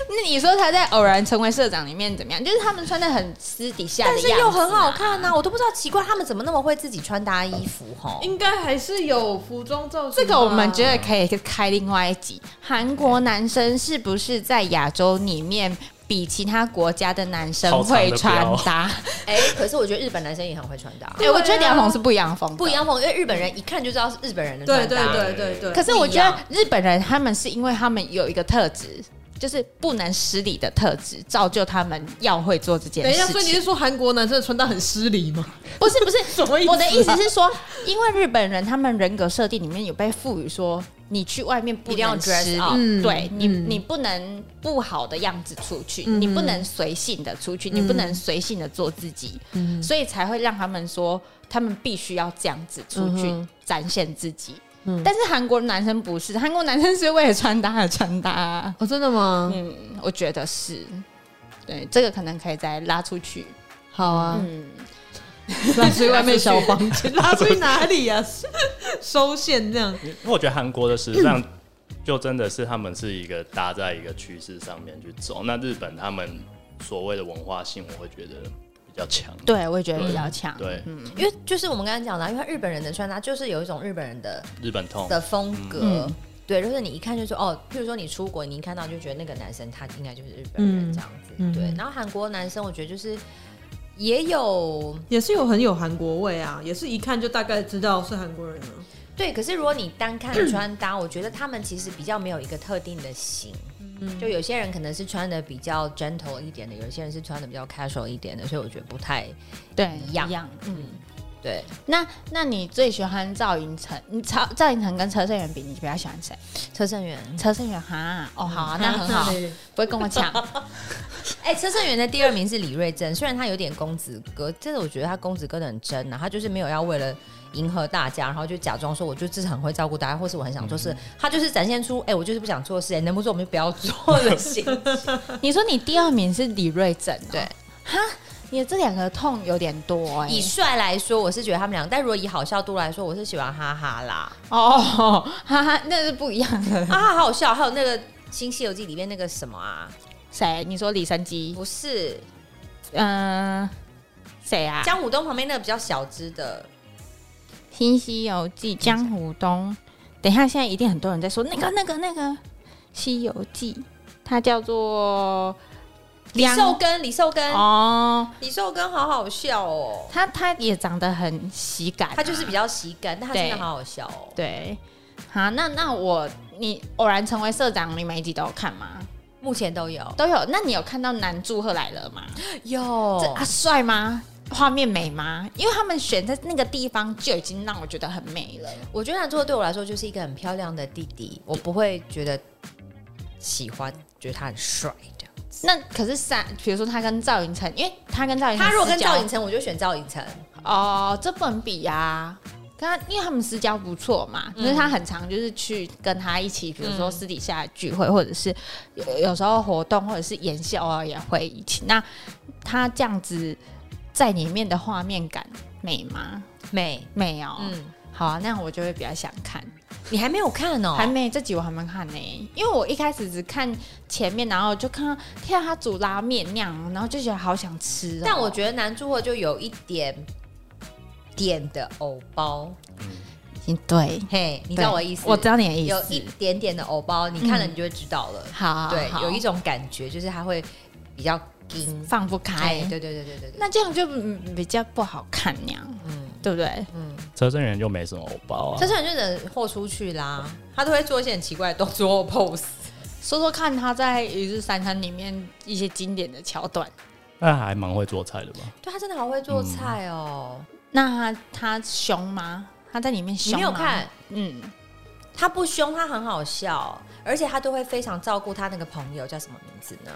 S1: 那你说他在偶然成为社长里面怎么样？就是他们穿的很私底下的
S4: 但
S1: 样子
S4: 是
S1: 啊、
S4: 又很好看啊呐、我都不知道奇怪他们怎么那么会自己穿搭衣服哈。
S2: 应该还是有服装造型啊吧。
S1: 这个我们觉得可以开另外一集。韩国男生是不是在亚洲里面比其他国家的男生会穿
S5: 好
S1: 搭？
S4: 哎、可是我觉得日本男生也很会穿搭，
S1: 对，我觉得两种是不一样的风格。
S4: 不一。样风，因为日本人一看就知道是日本人的
S2: 对
S4: 穿搭。
S2: 对对对对。
S1: 可是我觉
S4: 不
S1: 得日本人他们是因为他们有一个特质，就是不能失礼的特质，造就他们要会做这件
S2: 等一下，
S1: 事
S2: 所以你
S1: 情。
S2: 是说韩国男生的穿搭很失礼吗？
S1: 不是不是，
S2: <laughs> 什么意思啊
S1: 我的意思是说，因为日本人他们人格设定里面有被赋予说，你去外面不
S4: 一定要
S1: 能
S4: dress
S1: 失
S4: up
S1: 礼，
S2: 嗯
S1: 对你
S2: 嗯
S1: 你不能不好的样子出去，你不能随性的出去，你不能随性的做自己，所以才会让他们说，他们必须要这样子出去
S2: 嗯哼
S1: 展现自己。但是韩国男生不是，韩国男生是为了穿搭而穿搭啊、
S2: 哦，真的吗？
S1: 嗯，我觉得是。对，这个可能可以再拉出去。
S2: 好啊， <laughs>
S1: 嗯，
S2: 拉出去外面小房间， <laughs> 拉出去哪里啊？ <laughs> 收线这样。
S5: 因为我觉得韩国的时尚就真的是他们是一个搭在一个趋势上面去走。那日本他们所谓的文化性，我会觉得比较强。
S1: 对，我也觉得比较强。
S5: 对，
S4: 因为就是我们刚刚讲的啊，因为日本人的穿搭就是有一种日本人的
S5: 日本痛，
S4: 的风格。
S1: 嗯
S4: 对，就是你一看就说哦，譬如说你出国，你一看到就觉得那个男生他应该就是日本人
S2: 嗯
S4: 这样子。
S2: 嗯
S4: 对，然后韩国男生我觉得就是也有
S2: 也是有很有韩国味啊，也是一看就大概知道是韩国人啊。
S4: 对，可是如果你单看穿搭，我觉得他们其实比较没有一个特定的型。就有些人可能是穿的比较 gentle 一点的，有些人是穿的比较 casual 一点的，所以我觉得不太
S1: 对，
S4: 一样
S1: 嗯，
S4: 对。
S1: 那那你最喜欢赵寅成？你赵赵寅成跟车胜元比，你比较喜欢谁？
S4: 车胜元，
S1: 车胜元哈，哦好啊，那很
S4: <laughs>
S1: 好，不会跟我抢。
S4: 哎、车胜元的第二名是李瑞珍，虽然他有点公子哥，但是我觉得他公子哥的很真啊，他就是没有要为了迎合大家，然后就假装说我就是很会照顾大家，或是我很想做事，他就是展现出哎、我就是不想做事、哎能不做我们就不要做的心。
S1: 你说你第二名是李瑞珍、哦，
S4: <laughs> 对，
S1: 哈，你的这两个痛有点多哎、
S4: 以帅来说，我是觉得他们两个，但如果以好笑度来说，我是喜欢哈哈啦，
S1: 哦，哈哈，那是不一样的。 <laughs>
S4: 啊，好好笑，还有那个。新《西游记》里面那个什么啊？
S1: 谁？你说李生基？
S4: 不是
S1: 嗯、谁啊？
S4: 江武东旁边那个比较小只的，
S1: 《新西游记》江湖东。等一下，现在一定很多人在说那个、那个、那个《西游记》，它叫做
S4: 李
S1: 梁
S4: 寿根，李寿根，
S1: 哦，
S4: 李寿根好好笑哦，
S1: 他他也长得很喜感啊、
S4: 他就是比较喜感，但他真的
S1: 对
S4: 好好笑哦。
S1: 对。好，那那我你偶然成为社长，你每一集都有看吗？
S4: 目前都有，
S1: 都有。那你有看到男祝贺来了吗？
S4: 有
S1: 这啊帅吗？画面美吗？因为他们选在那个地方就已经让我觉得很美了。
S4: 我觉得男主角对我来说就是一个很漂亮的弟弟，我不会觉得喜欢，觉得他很帅这样。
S1: 那可是三，比如说他跟赵寅成，因为他跟赵寅成
S4: 他如果跟
S1: 私交
S4: 赵寅成，我就选赵寅成。
S1: 哦，这不能比呀、啊。跟他，因为他们私交不错嘛，
S4: 嗯
S1: 就是他很常就是去跟他一起，比如说私底下聚会，或者是有有时候活动，或者是演戏，偶尔也会一起。那他这样子在里面的画面感美吗？
S4: 美，
S1: 美哦，
S4: 嗯，
S1: 好啊，那样我就会比较想看。
S4: 你还没有看哦，
S1: 还没这集我还没看呢、因为我一开始只看前面，然后就看到天啊，他煮拉面那样，然后就觉得好想吃、哦。
S4: 但我觉得男主播就有一点点的偶包，
S1: 嗯对，
S4: 嘿，你知道我的意思？嗯
S1: 我知道你的意思。
S4: 有一点点的偶包，你看了你就会知道了。
S1: 好，
S4: 对，
S1: 好
S4: 有一种感觉，就是他会比较硬。
S1: 放不开
S4: 哎，，对对对对对对，
S1: 那这样就嗯比较不好看那样，
S4: 嗯
S1: 对不对？
S4: 嗯，
S5: 车震人就没什么欧包啊
S4: 这。些人就人豁出去啦，他都会做一些很奇怪的动作或 pose。
S1: 说说看他在《一日三餐》里面一些经典的桥段。
S5: 那还蛮会做菜的吧？
S4: 对他真的好会做菜哦，
S1: 那他他凶吗？他在里面凶
S4: 你
S1: 吗
S4: 没有看？？
S1: 嗯，
S4: 他不凶，他很好笑，而且他都会非常照顾他那个朋友，叫什么名字呢？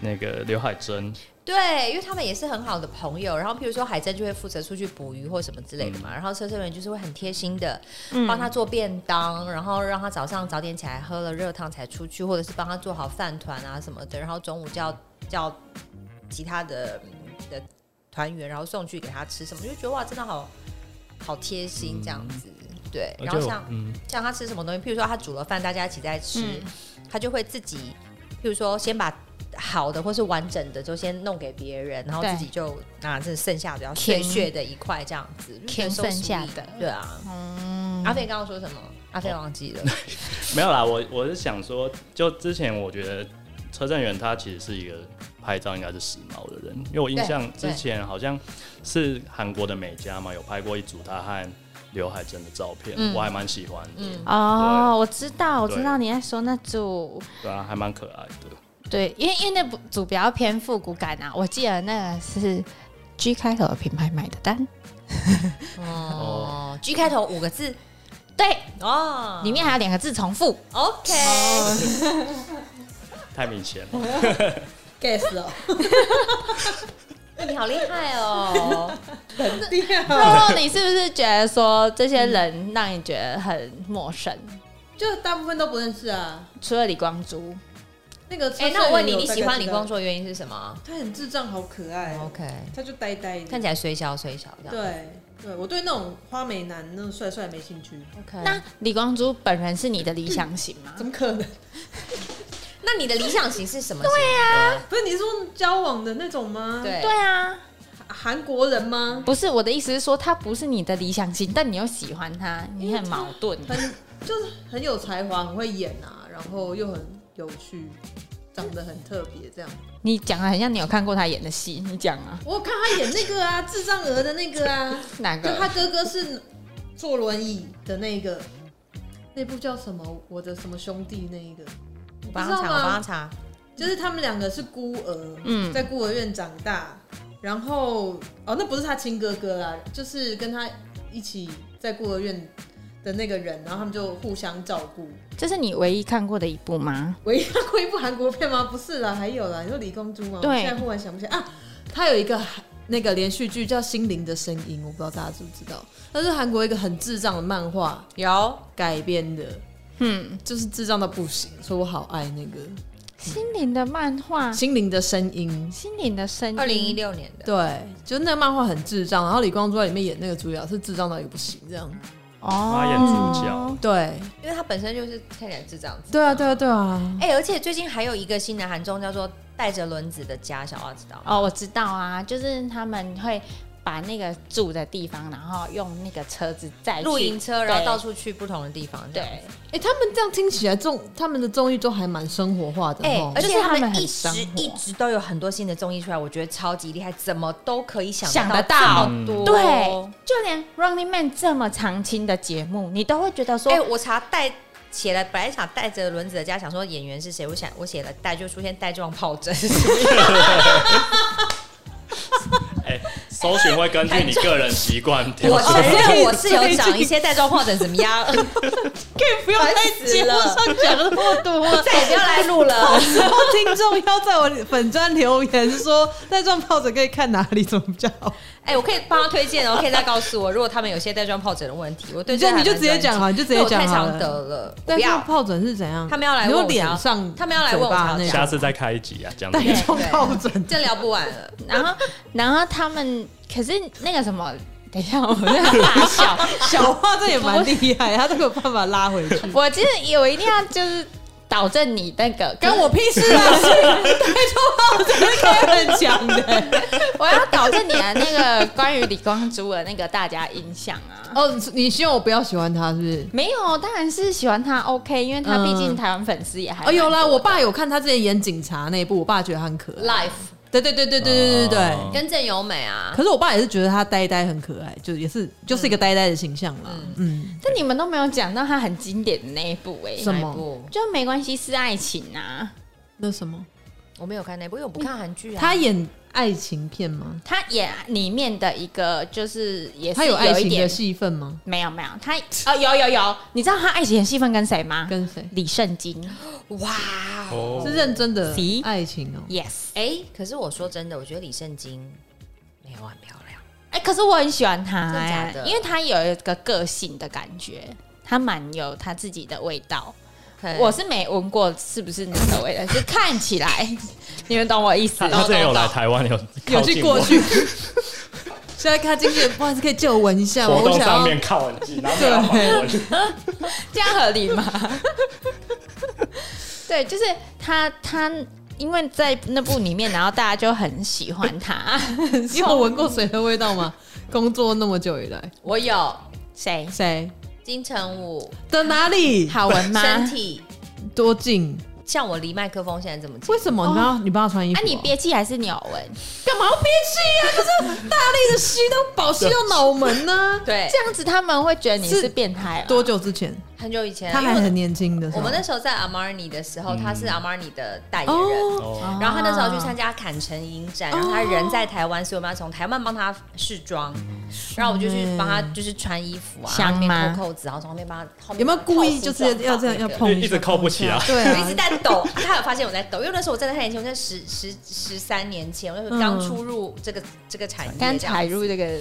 S5: 那个刘海珍，
S4: 对，因为他们也是很好的朋友。然后，譬如说海珍就会负责出去捕鱼或什么之类的嘛。然后车车员就是会很贴心的
S1: 嗯
S4: 帮他做便当，然后让他早上早点起来喝了热汤才出去，或者是帮他做好饭团啊什么的。然后中午叫叫其他的的团员，然后送去给他吃什么，就觉得哇，真的好好贴心这样子。对，
S5: 而
S4: 然
S5: 且
S4: 后
S5: 我
S4: 像
S5: 嗯，
S4: 像他吃什么东西，譬如说他煮了饭，大家一起在吃，
S1: 嗯
S4: 他就会自己，譬如说先把好的或是完整的就先弄给别人，然后
S1: 对
S4: 自己就拿这剩下比较碎
S1: 填
S4: 屑的一块这样子，就觉得
S1: 填
S4: so
S1: 剩下
S4: sweet
S1: 的
S4: 对啊。
S1: 嗯
S4: 阿飞刚刚说什么？阿飞忘记了。
S5: 没有啦，我我是想说，就之前我觉得车站员他其实是一个拍照应该是时髦的人，因为我印象
S4: 对对
S5: 之前好像是韩国的美嘉嘛，有拍过一组他和刘海珍的照片，
S4: 嗯
S5: 我还蛮喜欢的，
S4: 嗯
S1: 哦，
S5: 对
S1: 我知道，我知
S5: 对
S1: 道你在说那组，
S5: 对啊，还蛮可爱的。
S1: 对，因为因为那部组比较偏复古感啊，我记得那个是 G 开头的品牌买的单，
S4: 哦，G 开头五个字
S1: 对，
S4: 哦，
S1: 里面还有两个字重复，
S4: OK 哦
S5: 太明显
S2: 哦
S5: 了，
S2: guess <laughs> 哦，
S4: 哎你好厉
S1: <laughs>
S4: 害哦！
S2: 很厉害。
S1: 然后你是不是觉得说这些人让你觉得很陌生？
S2: <laughs> 就大部分都不认识啊。
S1: 除了李光洙，
S2: 那个车
S4: 哎，
S2: 上
S4: 那我问你，
S2: 有
S4: 你喜欢李光
S2: 大概知道，
S4: 洙的原因是什么
S2: 他很智障，好可爱哦。
S4: ？OK，
S2: 他就呆呆的。
S4: 看起来虽小虽小这样。
S2: 对对，我对那种花美男那种帅帅没兴趣，
S4: OK，那
S1: 那李光洙本人是你的理想型吗？
S2: 怎么可能？
S4: 那你的理想型是什么？对呀，
S2: 不是你是说交往的那种吗？，
S4: 对
S1: 啊对啊，
S2: 韩国人吗？
S1: 不是我的意思是说，他不是你的理想型，但你又喜欢他，你很矛盾。
S2: 很就是很有才华，很会演啊，然后又很有趣，长得很特别这样。
S1: 你讲的很像你有看过他演的戏，你讲啊，
S2: 我有看他演那个啊，智障鹅的那个啊，
S1: <laughs> 哪
S2: 就他
S1: 个？
S2: 哥哥是坐轮椅的那个，那部叫什么？我的什么兄弟那一个，
S4: 我
S2: 你
S4: 帮
S2: 知
S4: 他
S2: 道
S4: 查，我帮他
S2: 吗？
S4: 查。
S2: 就是他们两个是孤儿，
S1: 嗯
S2: 在孤儿院长大，然后哦，那不是他亲哥哥啊，就是跟他一起在孤儿院的那个人，然后他们就互相照顾。
S1: 这是你唯一看过的一部吗？
S2: 唯一看过一部韩国片吗？不是啦，还有啦，你说李光洙吗？
S1: 对
S2: 我现在忽然想不起来啊，他有一个韩那个连续剧叫《心灵的声音》，我不知道大家知不知道，那是韩国一个很智障的漫画
S4: 有
S2: 改编的，
S1: 嗯，
S2: 就是智障到不行，所以我好爱那个
S1: 心灵的漫画，
S2: 《心灵的声音》。
S1: 心灵的声音，
S4: 二零一六年的，
S2: 对，就那个漫画很智障，然后李光洙在里面演那个主角是智障到一个不行，这样。
S1: 哦
S5: 他演主角，
S2: 对，
S4: 因为他本身就是看起来是这样子。
S2: 对啊，对啊，对啊，
S4: 哎、而且最近还有一个新的韩综叫做《带着轮子的家》，小花知道吗？
S1: 哦，我知道啊，就是他们会把那个住的地方，然后用那个车子载去
S4: 露营车，然后
S1: 对
S4: 到处去不同的地方。这样
S1: 对，
S2: 哎、他们这样听起来综他们的综艺都还蛮生活化的
S4: 哎、
S2: 哦。
S4: 而
S1: 就
S4: 且
S1: 是嗯
S4: 他
S1: 他们
S4: 们
S1: 很
S4: 一
S1: 生
S4: 直
S1: 活
S4: 一直都有很多新的综艺出来，我觉得超级厉害，怎么都可以想
S1: 想得
S4: 到
S1: 到
S4: 这么多。
S1: 对，就连 Running Man 这么长青的节目，你都会觉得说，
S4: 哎、我查带写了，本来想带着轮子的家，想说演员是谁，我想我写了带就出现带状疱疹，
S1: <laughs>
S5: 哎、搜寻会根据你个人习惯调
S4: 我
S5: 整。
S1: 哦
S4: 承认我是有长一些带状疱疹，怎么样？
S1: <laughs> 可以不
S4: <laughs>
S1: 用
S2: 烦死了
S1: 讲那么多
S4: 我再也不要来录
S2: <laughs>
S4: 了。
S2: 然后听众要在我粉专留言说，带状疱疹可以看哪里怎么比较好？
S4: 哎、我可以帮他推荐哦，可以再告诉我，如果他们有些带状疱疹的问题，我对
S2: 你就
S4: 这个还
S2: 你就
S4: 蛮
S2: 直接
S4: 专
S2: 讲
S4: 注
S2: 啊你就直接
S4: 因为我
S2: 讲
S4: 太
S2: 好
S4: 常
S2: 了
S4: 得了，我
S2: 带
S4: 不要
S2: 状。疱疹是怎样？
S4: 他们要来
S2: 你
S4: 问
S2: 说
S4: 我想要
S2: 脸上，
S4: 他们要来问我
S2: 嘴巴
S4: 想要
S2: 那
S4: 讲
S5: 下
S2: 种
S5: 次再开一集啊，这样子。
S2: 带状疱疹。 <laughs>
S4: 这聊不完了。
S1: 然后，然后他们可是那个什么，等一下，我们在大笑。
S2: 小花这也蛮厉害，他都有办法拉 <laughs> 回去。
S1: 我其实有一定要就是导正你那个，
S2: 干
S1: 跟
S2: 我
S1: 我
S2: 屁事啊！太重要，我真的开很强的。
S1: 我要导正你的那个关于李光洙的那个大家印象啊。
S2: <laughs> 哦，你希望我不要喜欢他是不是？
S1: 没有，当然是喜欢他 OK，因为他毕竟台湾粉丝也还
S2: 哦，有
S1: 蛮
S2: 啦，我
S1: 多的
S2: 爸有看他之前演警察那一部，我爸觉得他很可爱。
S4: Life
S2: 对对对对对对对对。
S5: 哦
S4: 跟郑由美啊，
S2: 可是我爸也是觉得他呆呆很可爱，就也是就是一个呆呆的形象啦。嗯，
S1: 但你们都没有讲到他很经典的那一部哎、
S2: 什么
S4: 哪一部？
S1: 就没关系是爱情啊。
S2: 那什么，
S4: 我没有看那部，因为我不看韩剧啊。
S2: 他演爱情片吗？
S1: 他演里面的一个就是也是
S2: 他有爱
S1: 一
S2: 情的
S1: 点
S2: 戏份吗？
S1: 没有没有他哦有有有，你知道他爱情的戏份跟谁吗？
S2: 跟谁？
S1: 李圣经
S4: 哇哦，
S5: 哦
S2: 是认真的
S1: 谁
S2: 爱情哦、
S1: ，yes。
S4: 哎，可是我说真的，我觉得李圣经没有很漂亮。
S1: 哎、可是我很喜欢他、
S4: 真的假
S1: 哎
S4: 的
S1: 因为他有一个个性的感觉，他蛮有他自己的味道。我是没闻过是不是你的味道，就 <laughs> 看起来，
S2: <laughs>
S1: 你们懂我意思
S5: 他？他之前有来台湾，有靠
S2: 有
S5: 近
S2: 去过
S5: 我
S2: <laughs> 去。现在看经纪人，不好意思，可以借我闻一下吗？
S5: 活
S2: 我
S5: 动
S2: 想
S5: 上
S2: 要
S5: 面靠很近，然后没有访问
S1: 这样合理吗？ <laughs> 对，就是他他。因为在那部里面，然后大家就很喜欢 <laughs> 他。
S2: 你有闻过水的味道吗？工作那么久以来，
S4: 我有
S1: 谁？
S2: 谁
S4: 金城武
S2: 的哪里
S1: 好闻吗？
S4: 身体，
S2: 多近？
S4: 像我离麦克风现在这么近，
S2: 为什么你哦帮你帮他穿衣服、
S1: 啊，你憋气还是你有闻？
S2: 干嘛要憋气啊？就是大力的吸到保吸到脑门 <laughs> 呢、
S4: 对
S1: 这，样子他们会觉得你
S2: 是
S1: 是变态啊了。
S2: 多久之前？
S4: 很久以前，
S2: 他还
S4: 因为
S2: 很年轻哦的时
S4: 我
S2: 候，
S4: 们那时候在 Armani 的时候，他是 Armani 的代言人。
S2: 哦，
S5: 哦，
S4: 然后他那时候去
S1: 啊
S4: 参加坎城影展，然后他人在台湾，所以我们要从台湾帮他试妆，然后我就去帮他就是穿衣服啊，
S1: 香吗
S4: 然后那边扣扣子，然后从后面帮他后面
S2: 有没有故意就是
S4: 扣
S2: 要这样要
S4: 那个
S2: 碰
S5: 一直扣不起啊
S2: 对 <laughs>
S4: 我一
S2: 啊
S4: 直，在抖，他有发现我在抖，因为那时候我真的太年轻，我在十十十三年前，我那时候刚
S2: 嗯
S4: 出入这个这个产业，
S1: 刚踩入这个，
S2: 哦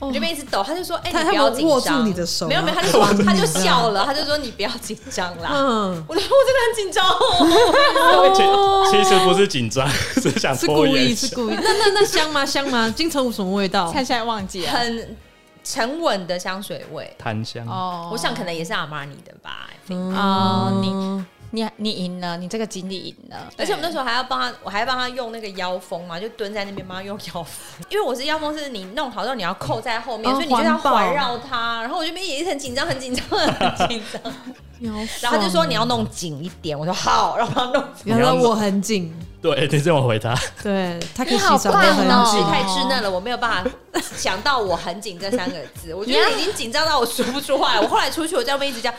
S4: 我就被一直抖，他就说：“哎、
S2: 他
S4: 你不要
S2: 他
S4: 紧
S2: 们握住
S4: 张。”
S2: 你的手
S4: 没有没有，他就
S2: 然后
S4: 说
S2: 抓
S4: 他
S2: 你
S4: 就
S2: 这样
S4: 笑了，他就说：“你不要紧张啦。
S2: 嗯，
S4: 我说：“我真的很紧张哦。
S5: 其其实不是紧张， <laughs> 是想
S2: 是
S5: 拖
S1: 哦
S2: 故
S5: 延
S2: 意
S5: 一
S2: 是
S5: 下。
S2: 故意。那那那香吗？香吗？金城武什么
S1: <laughs>
S2: 味道？
S1: 看现在忘记”了。
S4: 很沉稳的香水味，
S5: 檀香
S1: 哦
S4: 我想可能也是阿玛尼的吧。I think
S2: 啊
S1: 哦，你你你赢了，你这个经历赢了。
S4: 而且我们那时候还要帮他，我还要帮他用那个腰封嘛，就蹲在那边帮他用腰封，因为我是腰封是你弄好之后你要扣在后面，
S2: 哦
S4: 所以你就要
S2: 环抱
S4: 环绕它。然后我这边也是很紧张，很紧张，很紧张。然后他就说你要弄紧一点，我说好，然后帮他弄紧。
S2: 原来我很紧，
S5: 对，你这么回他，
S2: 对他可以
S1: 你
S2: 洗
S1: 好
S2: 澡
S1: 棒
S2: 很
S1: 哦
S2: 紧
S4: 是太稚嫩了，我没有办法想到我很紧这三个字，我觉得已经紧张到我说不出话来。我后来出去，我在外面一直这样，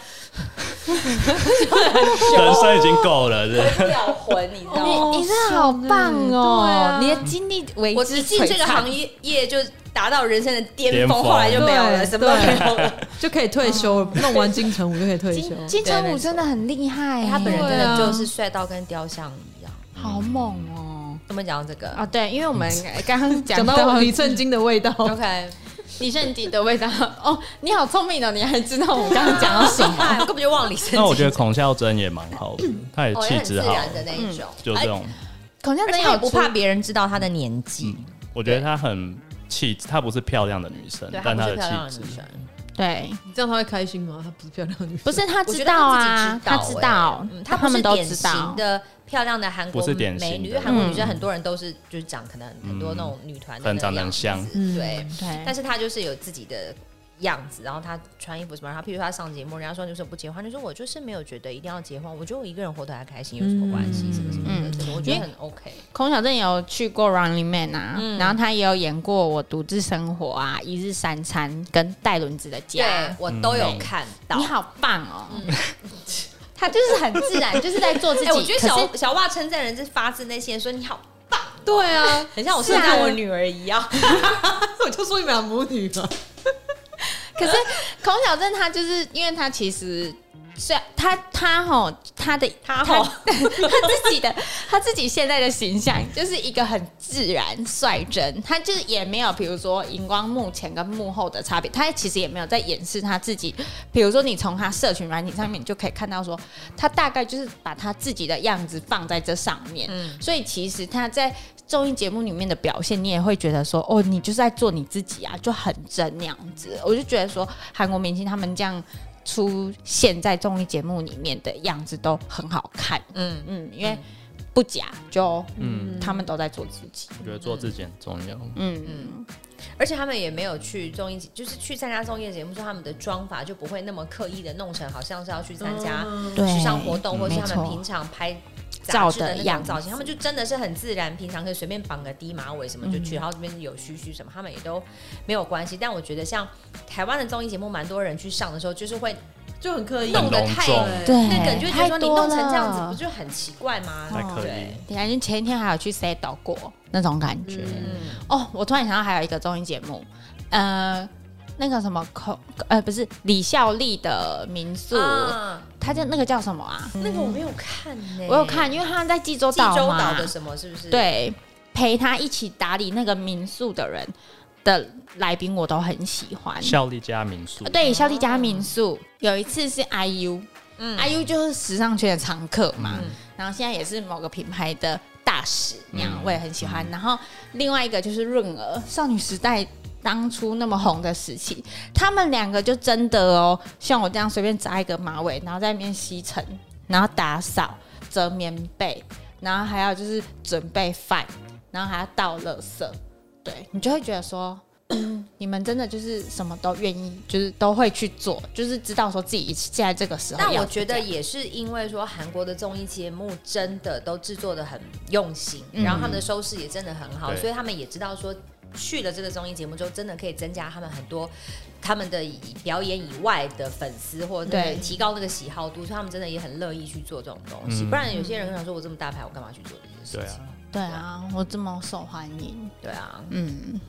S5: 人生已经够了，是不是
S4: 不了魂，你知
S1: <laughs>
S4: 道吗？
S2: 哦
S1: 你你真的好棒
S2: 对
S1: 哦
S2: 啊！
S1: 你的经历为
S4: 我
S1: 之
S4: 一进这个
S1: 璀璨
S4: 行业业就达到人生的巅
S5: 巅
S4: 峰，
S5: 峰
S4: 后来就没有了，
S2: 对
S4: 什么都没有了。
S2: 就可以退休了，弄完金城武就可以退休。
S1: 金金城武真的很厉害欸
S4: 哎
S1: 耶，
S4: 他本人真
S2: 对
S4: 的
S2: 啊
S4: 就是帅到跟雕像一样。
S1: 好猛哦！
S4: 怎么讲到这个
S1: 啊，对，因为我们刚 <laughs> 刚
S2: 讲
S1: 讲
S2: 到
S1: 到
S2: 李圣经的味道，
S4: ？OK，
S1: 李圣基的味道哦，你好聪明哦，你还知道我们刚刚讲哦到什么？
S4: 哎我根本就忘了李圣
S5: <laughs> 那我觉
S4: 经
S5: 得孔孝真也蛮好的，他也
S4: 哦，也
S5: 气
S4: 很自
S5: 质好，嗯
S4: 然的那一种，
S5: 就这种，
S1: <laughs>
S5: 嗯
S1: 孔孝
S4: 而且
S1: 真
S4: 他也
S1: 有
S4: 不
S1: 出
S4: 怕别人知道他的年纪，
S5: 我觉得她很气质，她不是漂亮的女生
S4: 对，
S5: 但
S4: 他不
S5: 她
S4: 是漂亮
S5: 的
S4: 的
S5: 气
S4: 女
S5: 质
S4: 生。
S1: 对，
S2: 你这样他会开心吗？她不是漂亮的女生，
S1: 不是他
S4: 我
S1: 知
S4: 觉得
S1: 道
S4: 他
S1: 啊
S4: 自，己
S1: 他
S4: 知
S1: 知
S4: 道
S1: 道
S4: 欸，嗯
S1: 他
S4: 他不
S1: 们
S4: 是
S1: 都
S4: 典
S1: 知
S4: 型
S1: 道。
S4: 的漂亮的韩国
S5: 不是典型
S4: 美女，因
S5: 的
S4: 为韩国女
S1: 嗯
S4: 生很多人都是就是长可能很多那种女团的
S5: 很长
S4: 那
S5: 得
S4: 样
S5: 很
S4: 子
S5: 像
S4: 对。
S1: 对
S4: 但是她就是有自己的样子，然后她穿衣服什么，然后譬如她上节目，人家说你为什么不结婚？她就说我就是没有觉得一定要结婚，我觉得我一个人活得还开心有什么关系？什么什么
S1: 嗯
S4: 的，这个我觉得很 OK。
S1: 孔小正有去过 Running Man 啊，
S4: 嗯
S1: 然后他也有演过《我独自生活》啊，《一日三餐》跟《带轮子的家
S4: 对》。我都有看到
S1: 嗯你。好棒哦！ <laughs> 他就是很自然，就是在 <laughs> 做自己。
S4: 哎，我觉得
S1: 可是
S4: 小小袜称赞人是发自内心的说你好棒，
S2: 对啊，
S4: <laughs> 很像我
S1: 是
S4: 称
S1: 啊
S4: 赞我女儿
S1: <laughs>
S4: 一样。
S1: 嗯
S2: <laughs> 我就说你们俩母女嘛。
S1: 可是孔小正他就是因为他其实虽然他他吼他的
S4: 他
S1: <laughs>
S4: 吼
S1: 他自己的他自己现在的形象就是一个很自然率真，他就是也没有比如说荧光幕前跟幕后的差别，他其实也没有在掩饰他自己。比如说你从他社群软体上面你就可以看到说，
S4: 嗯
S1: 他大概就是把他自己的样子放在这上面，所以其实他在综艺节目里面的表现，你也会觉得说，哦，你就是在做你自己啊，就很真那样子。我就觉得说，韩国明星他们这样出现在综艺节目里面的样子都很好看，
S4: 嗯，
S1: 嗯，因为不假，就
S5: 嗯，
S1: 他们都在做自己，
S5: 我觉得做自己很重要。
S1: 嗯嗯。
S4: 而且他们也没有去综艺节，就是去参加综艺节目，说他们的妆法就不会那么刻意的弄成好像是要去参加
S2: 嗯
S1: 对
S4: 时尚活动，或是
S1: 没
S4: 他们
S1: 错
S4: 平常拍
S1: 照
S4: 杂志的
S1: 的
S4: 那
S1: 样
S4: 种
S1: 子
S4: 造型，他们就真的是很自然，平常可以随便绑个低马尾什么就
S1: 嗯
S4: 去，然后这边有须须什么，他们也都没有关系。但我觉得像台湾的综艺节目，蛮多人去上的时候，就是会
S2: 就很刻意，
S5: 很
S4: 弄得
S5: 隆
S4: 太
S5: 重
S2: 对
S1: 对，
S4: 那个，你就会觉得
S1: 太
S4: 说你
S1: 多
S4: 弄成这样子，
S1: 了
S4: 不就很奇怪吗？
S5: 太刻
S4: 对
S5: 意，
S1: 你看，啊前一天还有去 settle 过那种感觉。
S4: 嗯，
S1: 哦，我突然想到还有一个综艺节目，呃，那个什么孔，呃，不是李孝利的民宿，
S4: 啊，
S1: 他叫那个叫什么啊？
S4: 那个我没有看呢，
S1: 嗯我有看，因为他在济州
S4: 济州
S1: 嘛，
S4: 岛的什么是不是？，
S1: 对，陪他一起打理那个民宿的人的来宾，我都很喜欢。
S5: 效力加民宿，
S1: 嗯对，孝利家民宿有一次是 IU，
S4: 嗯
S1: IU 就是时尚圈的常客嘛，
S4: 嗯
S1: 然后现在也是某个品牌的大使那样，
S5: 嗯
S1: 我也很喜欢。然后另外一个就是润儿，少女时代当初那么红的时期，他们两个就真的哦，像我这样随便扎一个马尾，然后在那边吸尘，然后打扫、折棉被，然后还要就是准备饭，然后还要倒垃圾，对你就会觉得说。 <clears throat> 嗯，你们真的就是什么都愿意，就是都会去做，就是知道说自己现在这个时候要
S4: 但
S1: 这样。
S4: 我觉得也是因为说韩国的综艺节目真的都制作的很用心，
S1: 嗯
S4: 然后他们的收视也真的很好，
S5: 对
S4: 所以他们也知道说去了这个综艺节目之后，真的可以增加他们很多他们的以表演以外的粉丝或者
S1: 对
S4: 提高那个喜好度，所以他们真的也很乐意去做这种东西。
S5: 嗯
S4: 不然有些人可能说我这么大牌，我干嘛去做这些
S5: 对
S4: 事情？
S5: 啊，
S1: 对啊，我这么受欢迎，
S4: 对啊，
S1: 嗯，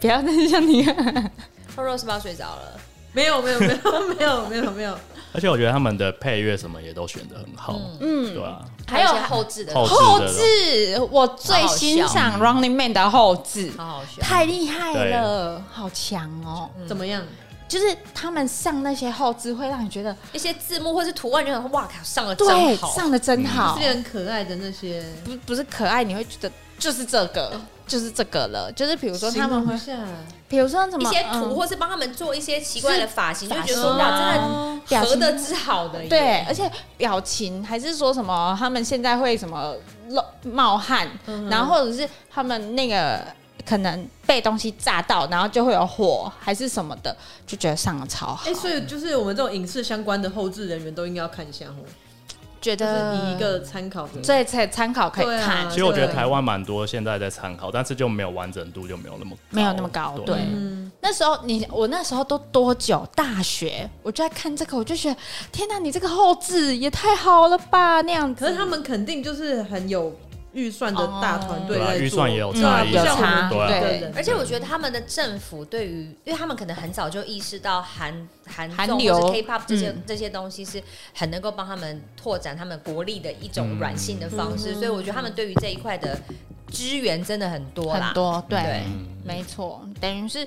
S1: 不要再像你，
S4: r o s 不要睡着了，
S2: 没有没有没有没有没有没有，
S5: 而且我觉得他们的配乐什么也都选的很好，
S1: 嗯
S5: 对，啊，
S4: 还有一些
S1: 还有
S4: 后置的，
S5: 后
S4: 好
S1: 后置，我最欣赏
S5: 好好
S1: Running Man 的后置，
S4: 好笑，
S1: 太厉害了，好强哦！
S2: 怎么样？
S1: 就是他们上那些后置，会让你觉得
S4: 一些字幕或是图案，就很哇靠，上了真
S1: 对
S4: 好，
S1: 上的真好嗯
S2: 这，些很可爱的那些，
S1: 不不是可爱，你会觉得就是这个，
S2: 嗯
S1: 就是这个了，就是比如说他们
S2: 形容
S1: 会
S2: 一，下，
S1: 比如说什
S4: 一
S1: 么
S4: 些图，
S1: 嗯
S4: 或是帮他们做一些奇怪的发型，就
S1: 发
S4: 觉得
S1: 型
S4: 说哇，
S2: 啊
S4: 真的
S1: 啊表
S4: 合
S1: 情
S4: 的之好的耶，
S1: 对，而且表情还是说什么他们现在会什么漏冒汗，
S2: 嗯
S1: 然后或者是他们那个可能被东西炸到，然后就会有火还是什么的，就觉得上的超好，
S2: 哎、所以就是我们这种影视相关的后置人员都应该要看一下哦，
S1: 觉
S2: 就是
S1: 得
S2: 以一个参考的。
S1: 呃最才参考可
S2: 对
S1: 以
S2: 啊
S1: 看
S5: 其，实我觉得
S2: 对
S5: 台湾蛮多现在在参考，但是就没有完整度，就没有那么
S1: 没有那么高对
S2: 嗯，
S1: 那时候你我那时候都多久？大学我就在看这个，我就觉得天哪，你这个后置也太好了吧那样子。
S2: 可是他们肯定就是很有预算的大
S4: 哦
S2: 团队
S5: 对啊，
S2: 在做，
S5: 预算也有
S1: 嗯
S5: 差
S2: 不
S5: 异，
S2: 像
S1: 有
S2: 我
S1: 差
S2: 们
S5: 对啊
S2: 的人
S4: 而且我觉得他们的政府对于，因为他们可能很早就意识到韩韩
S1: 韩
S4: 综
S1: 流
S4: 或是 K-pop 这些、
S1: 嗯
S4: 这些东西是很能够帮他们拓展他们国力的一种软性的方式，
S2: 嗯
S4: 所以我觉得他们对于这一块的支援真的很多啦。
S1: 很多对，
S4: 对
S5: 嗯
S1: 没错，等于是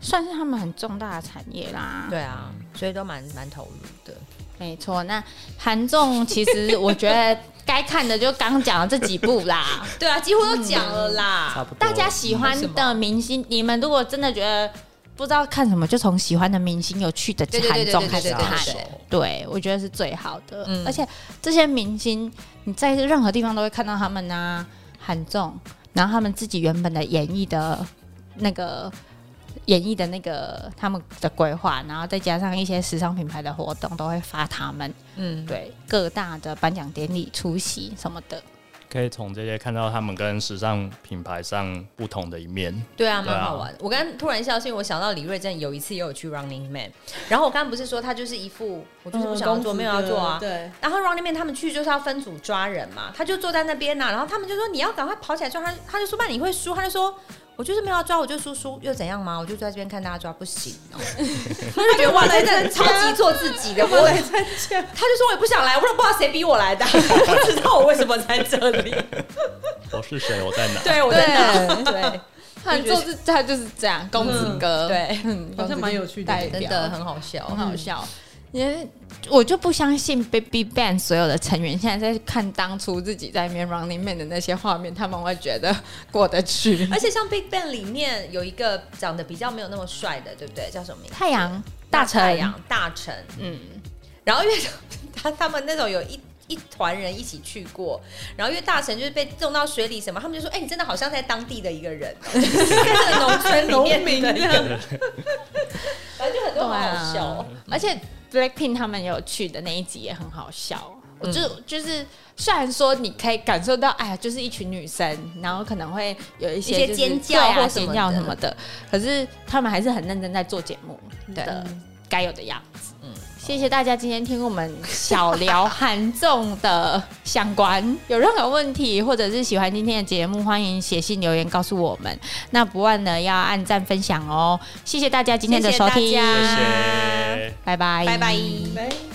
S1: 算是他们很重大的产业啦。
S4: 对啊，所以都蛮蛮投入的。
S1: 没错，那韩综其实我觉得该看的就刚讲的这几部啦。
S4: 对啊，几乎都讲了啦。
S5: 差不多
S1: 大家喜欢的明星，你们如果真的觉得不知道看什么，就从喜欢的明星有趣的
S4: 对对对
S1: 韩
S4: 对
S1: 综
S4: 对
S1: 开始
S4: 对对
S1: 看
S4: 对。
S1: 对，我觉得是最好的。
S4: 嗯
S1: 而且这些明星，你在任何地方都会看到他们啊，韩综，然后他们自己原本的演绎的那个。演绎的那个他们的规划，然后再加上一些时尚品牌的活动，都会发他们
S4: 嗯，
S1: 对各大的颁奖典礼出席什么的。
S5: 可以从这些看到他们跟时尚品牌上不同的一面。
S4: 对啊，
S5: 对啊
S4: 蛮好玩。我刚刚突然笑，是因为我想到李瑞珍有一次也有去 Running Man，然后我刚刚不是说他就是一副我就是不想要做，没有要做啊。
S2: 对，
S4: 然后 Running Man 他们去就是要分组抓人嘛，他就坐在那边呐、然后他们就说你要赶快跑起来抓他，他就说那你会输，他就说。我就是没有要抓，我就输输又怎样嘛？我就坐在这边看大家抓，不行、哦。 <laughs> 他就觉得哇，真的超级做自己的，我来参加。 <laughs> 他就说我也不想来，我也不知道谁逼我来的，我不知道我为什么在这里。
S5: 我是谁？我在哪？
S4: <laughs> 对，我在那。对，
S1: 韩综是他就是这样，公子哥，
S4: 对
S1: 嗯
S2: 好像蛮有趣的
S1: 代
S2: 对
S1: 表
S4: 真的很好笑，
S1: 很好笑。因为我就不相信 Baby Band 所有的成员现在在看当初自己在里面 Running Man 的那些画面，他们会觉得过得去。
S4: <laughs> 而且像 Big Bang 里面有一个长得比较没有那么帅的，对不对？叫什么名字？
S1: 太阳大
S4: 太
S1: 成，
S4: 阳大臣，
S1: 嗯，
S4: 然后因为他他们那种有一一团人一起去过，然后因为大臣就是被弄到水里什么，他们就说：“哎、你真的好像在当地的一个人，哦在那个农村 <laughs> 里面
S1: <laughs>
S4: 的
S2: 啊
S4: 一个人。”反正就很多很
S1: 啊
S4: 好笑哦、
S1: 而且 Blackpink 他们有去的那一集也很好笑。哦我就就是，虽然说你可以感受到，哎呀，就是一群女生，然后可能会有一
S4: 一些
S1: 些就是
S4: 尖叫啊
S1: 对或
S4: 什么
S1: 尖叫
S4: 的
S1: 什么的，可是他们还是很认真在做节目的该有的样子。嗯，谢谢大家今天听我们小聊韩综的相关， <laughs> 有任何问题或者是喜欢今天的节目，欢迎写信留言告诉我们。那不忘呢要按赞分享哦，谢谢大家今天的收听，
S4: 谢谢大家
S5: 谢谢。
S1: 啊拜拜，
S4: 拜拜。
S2: 拜。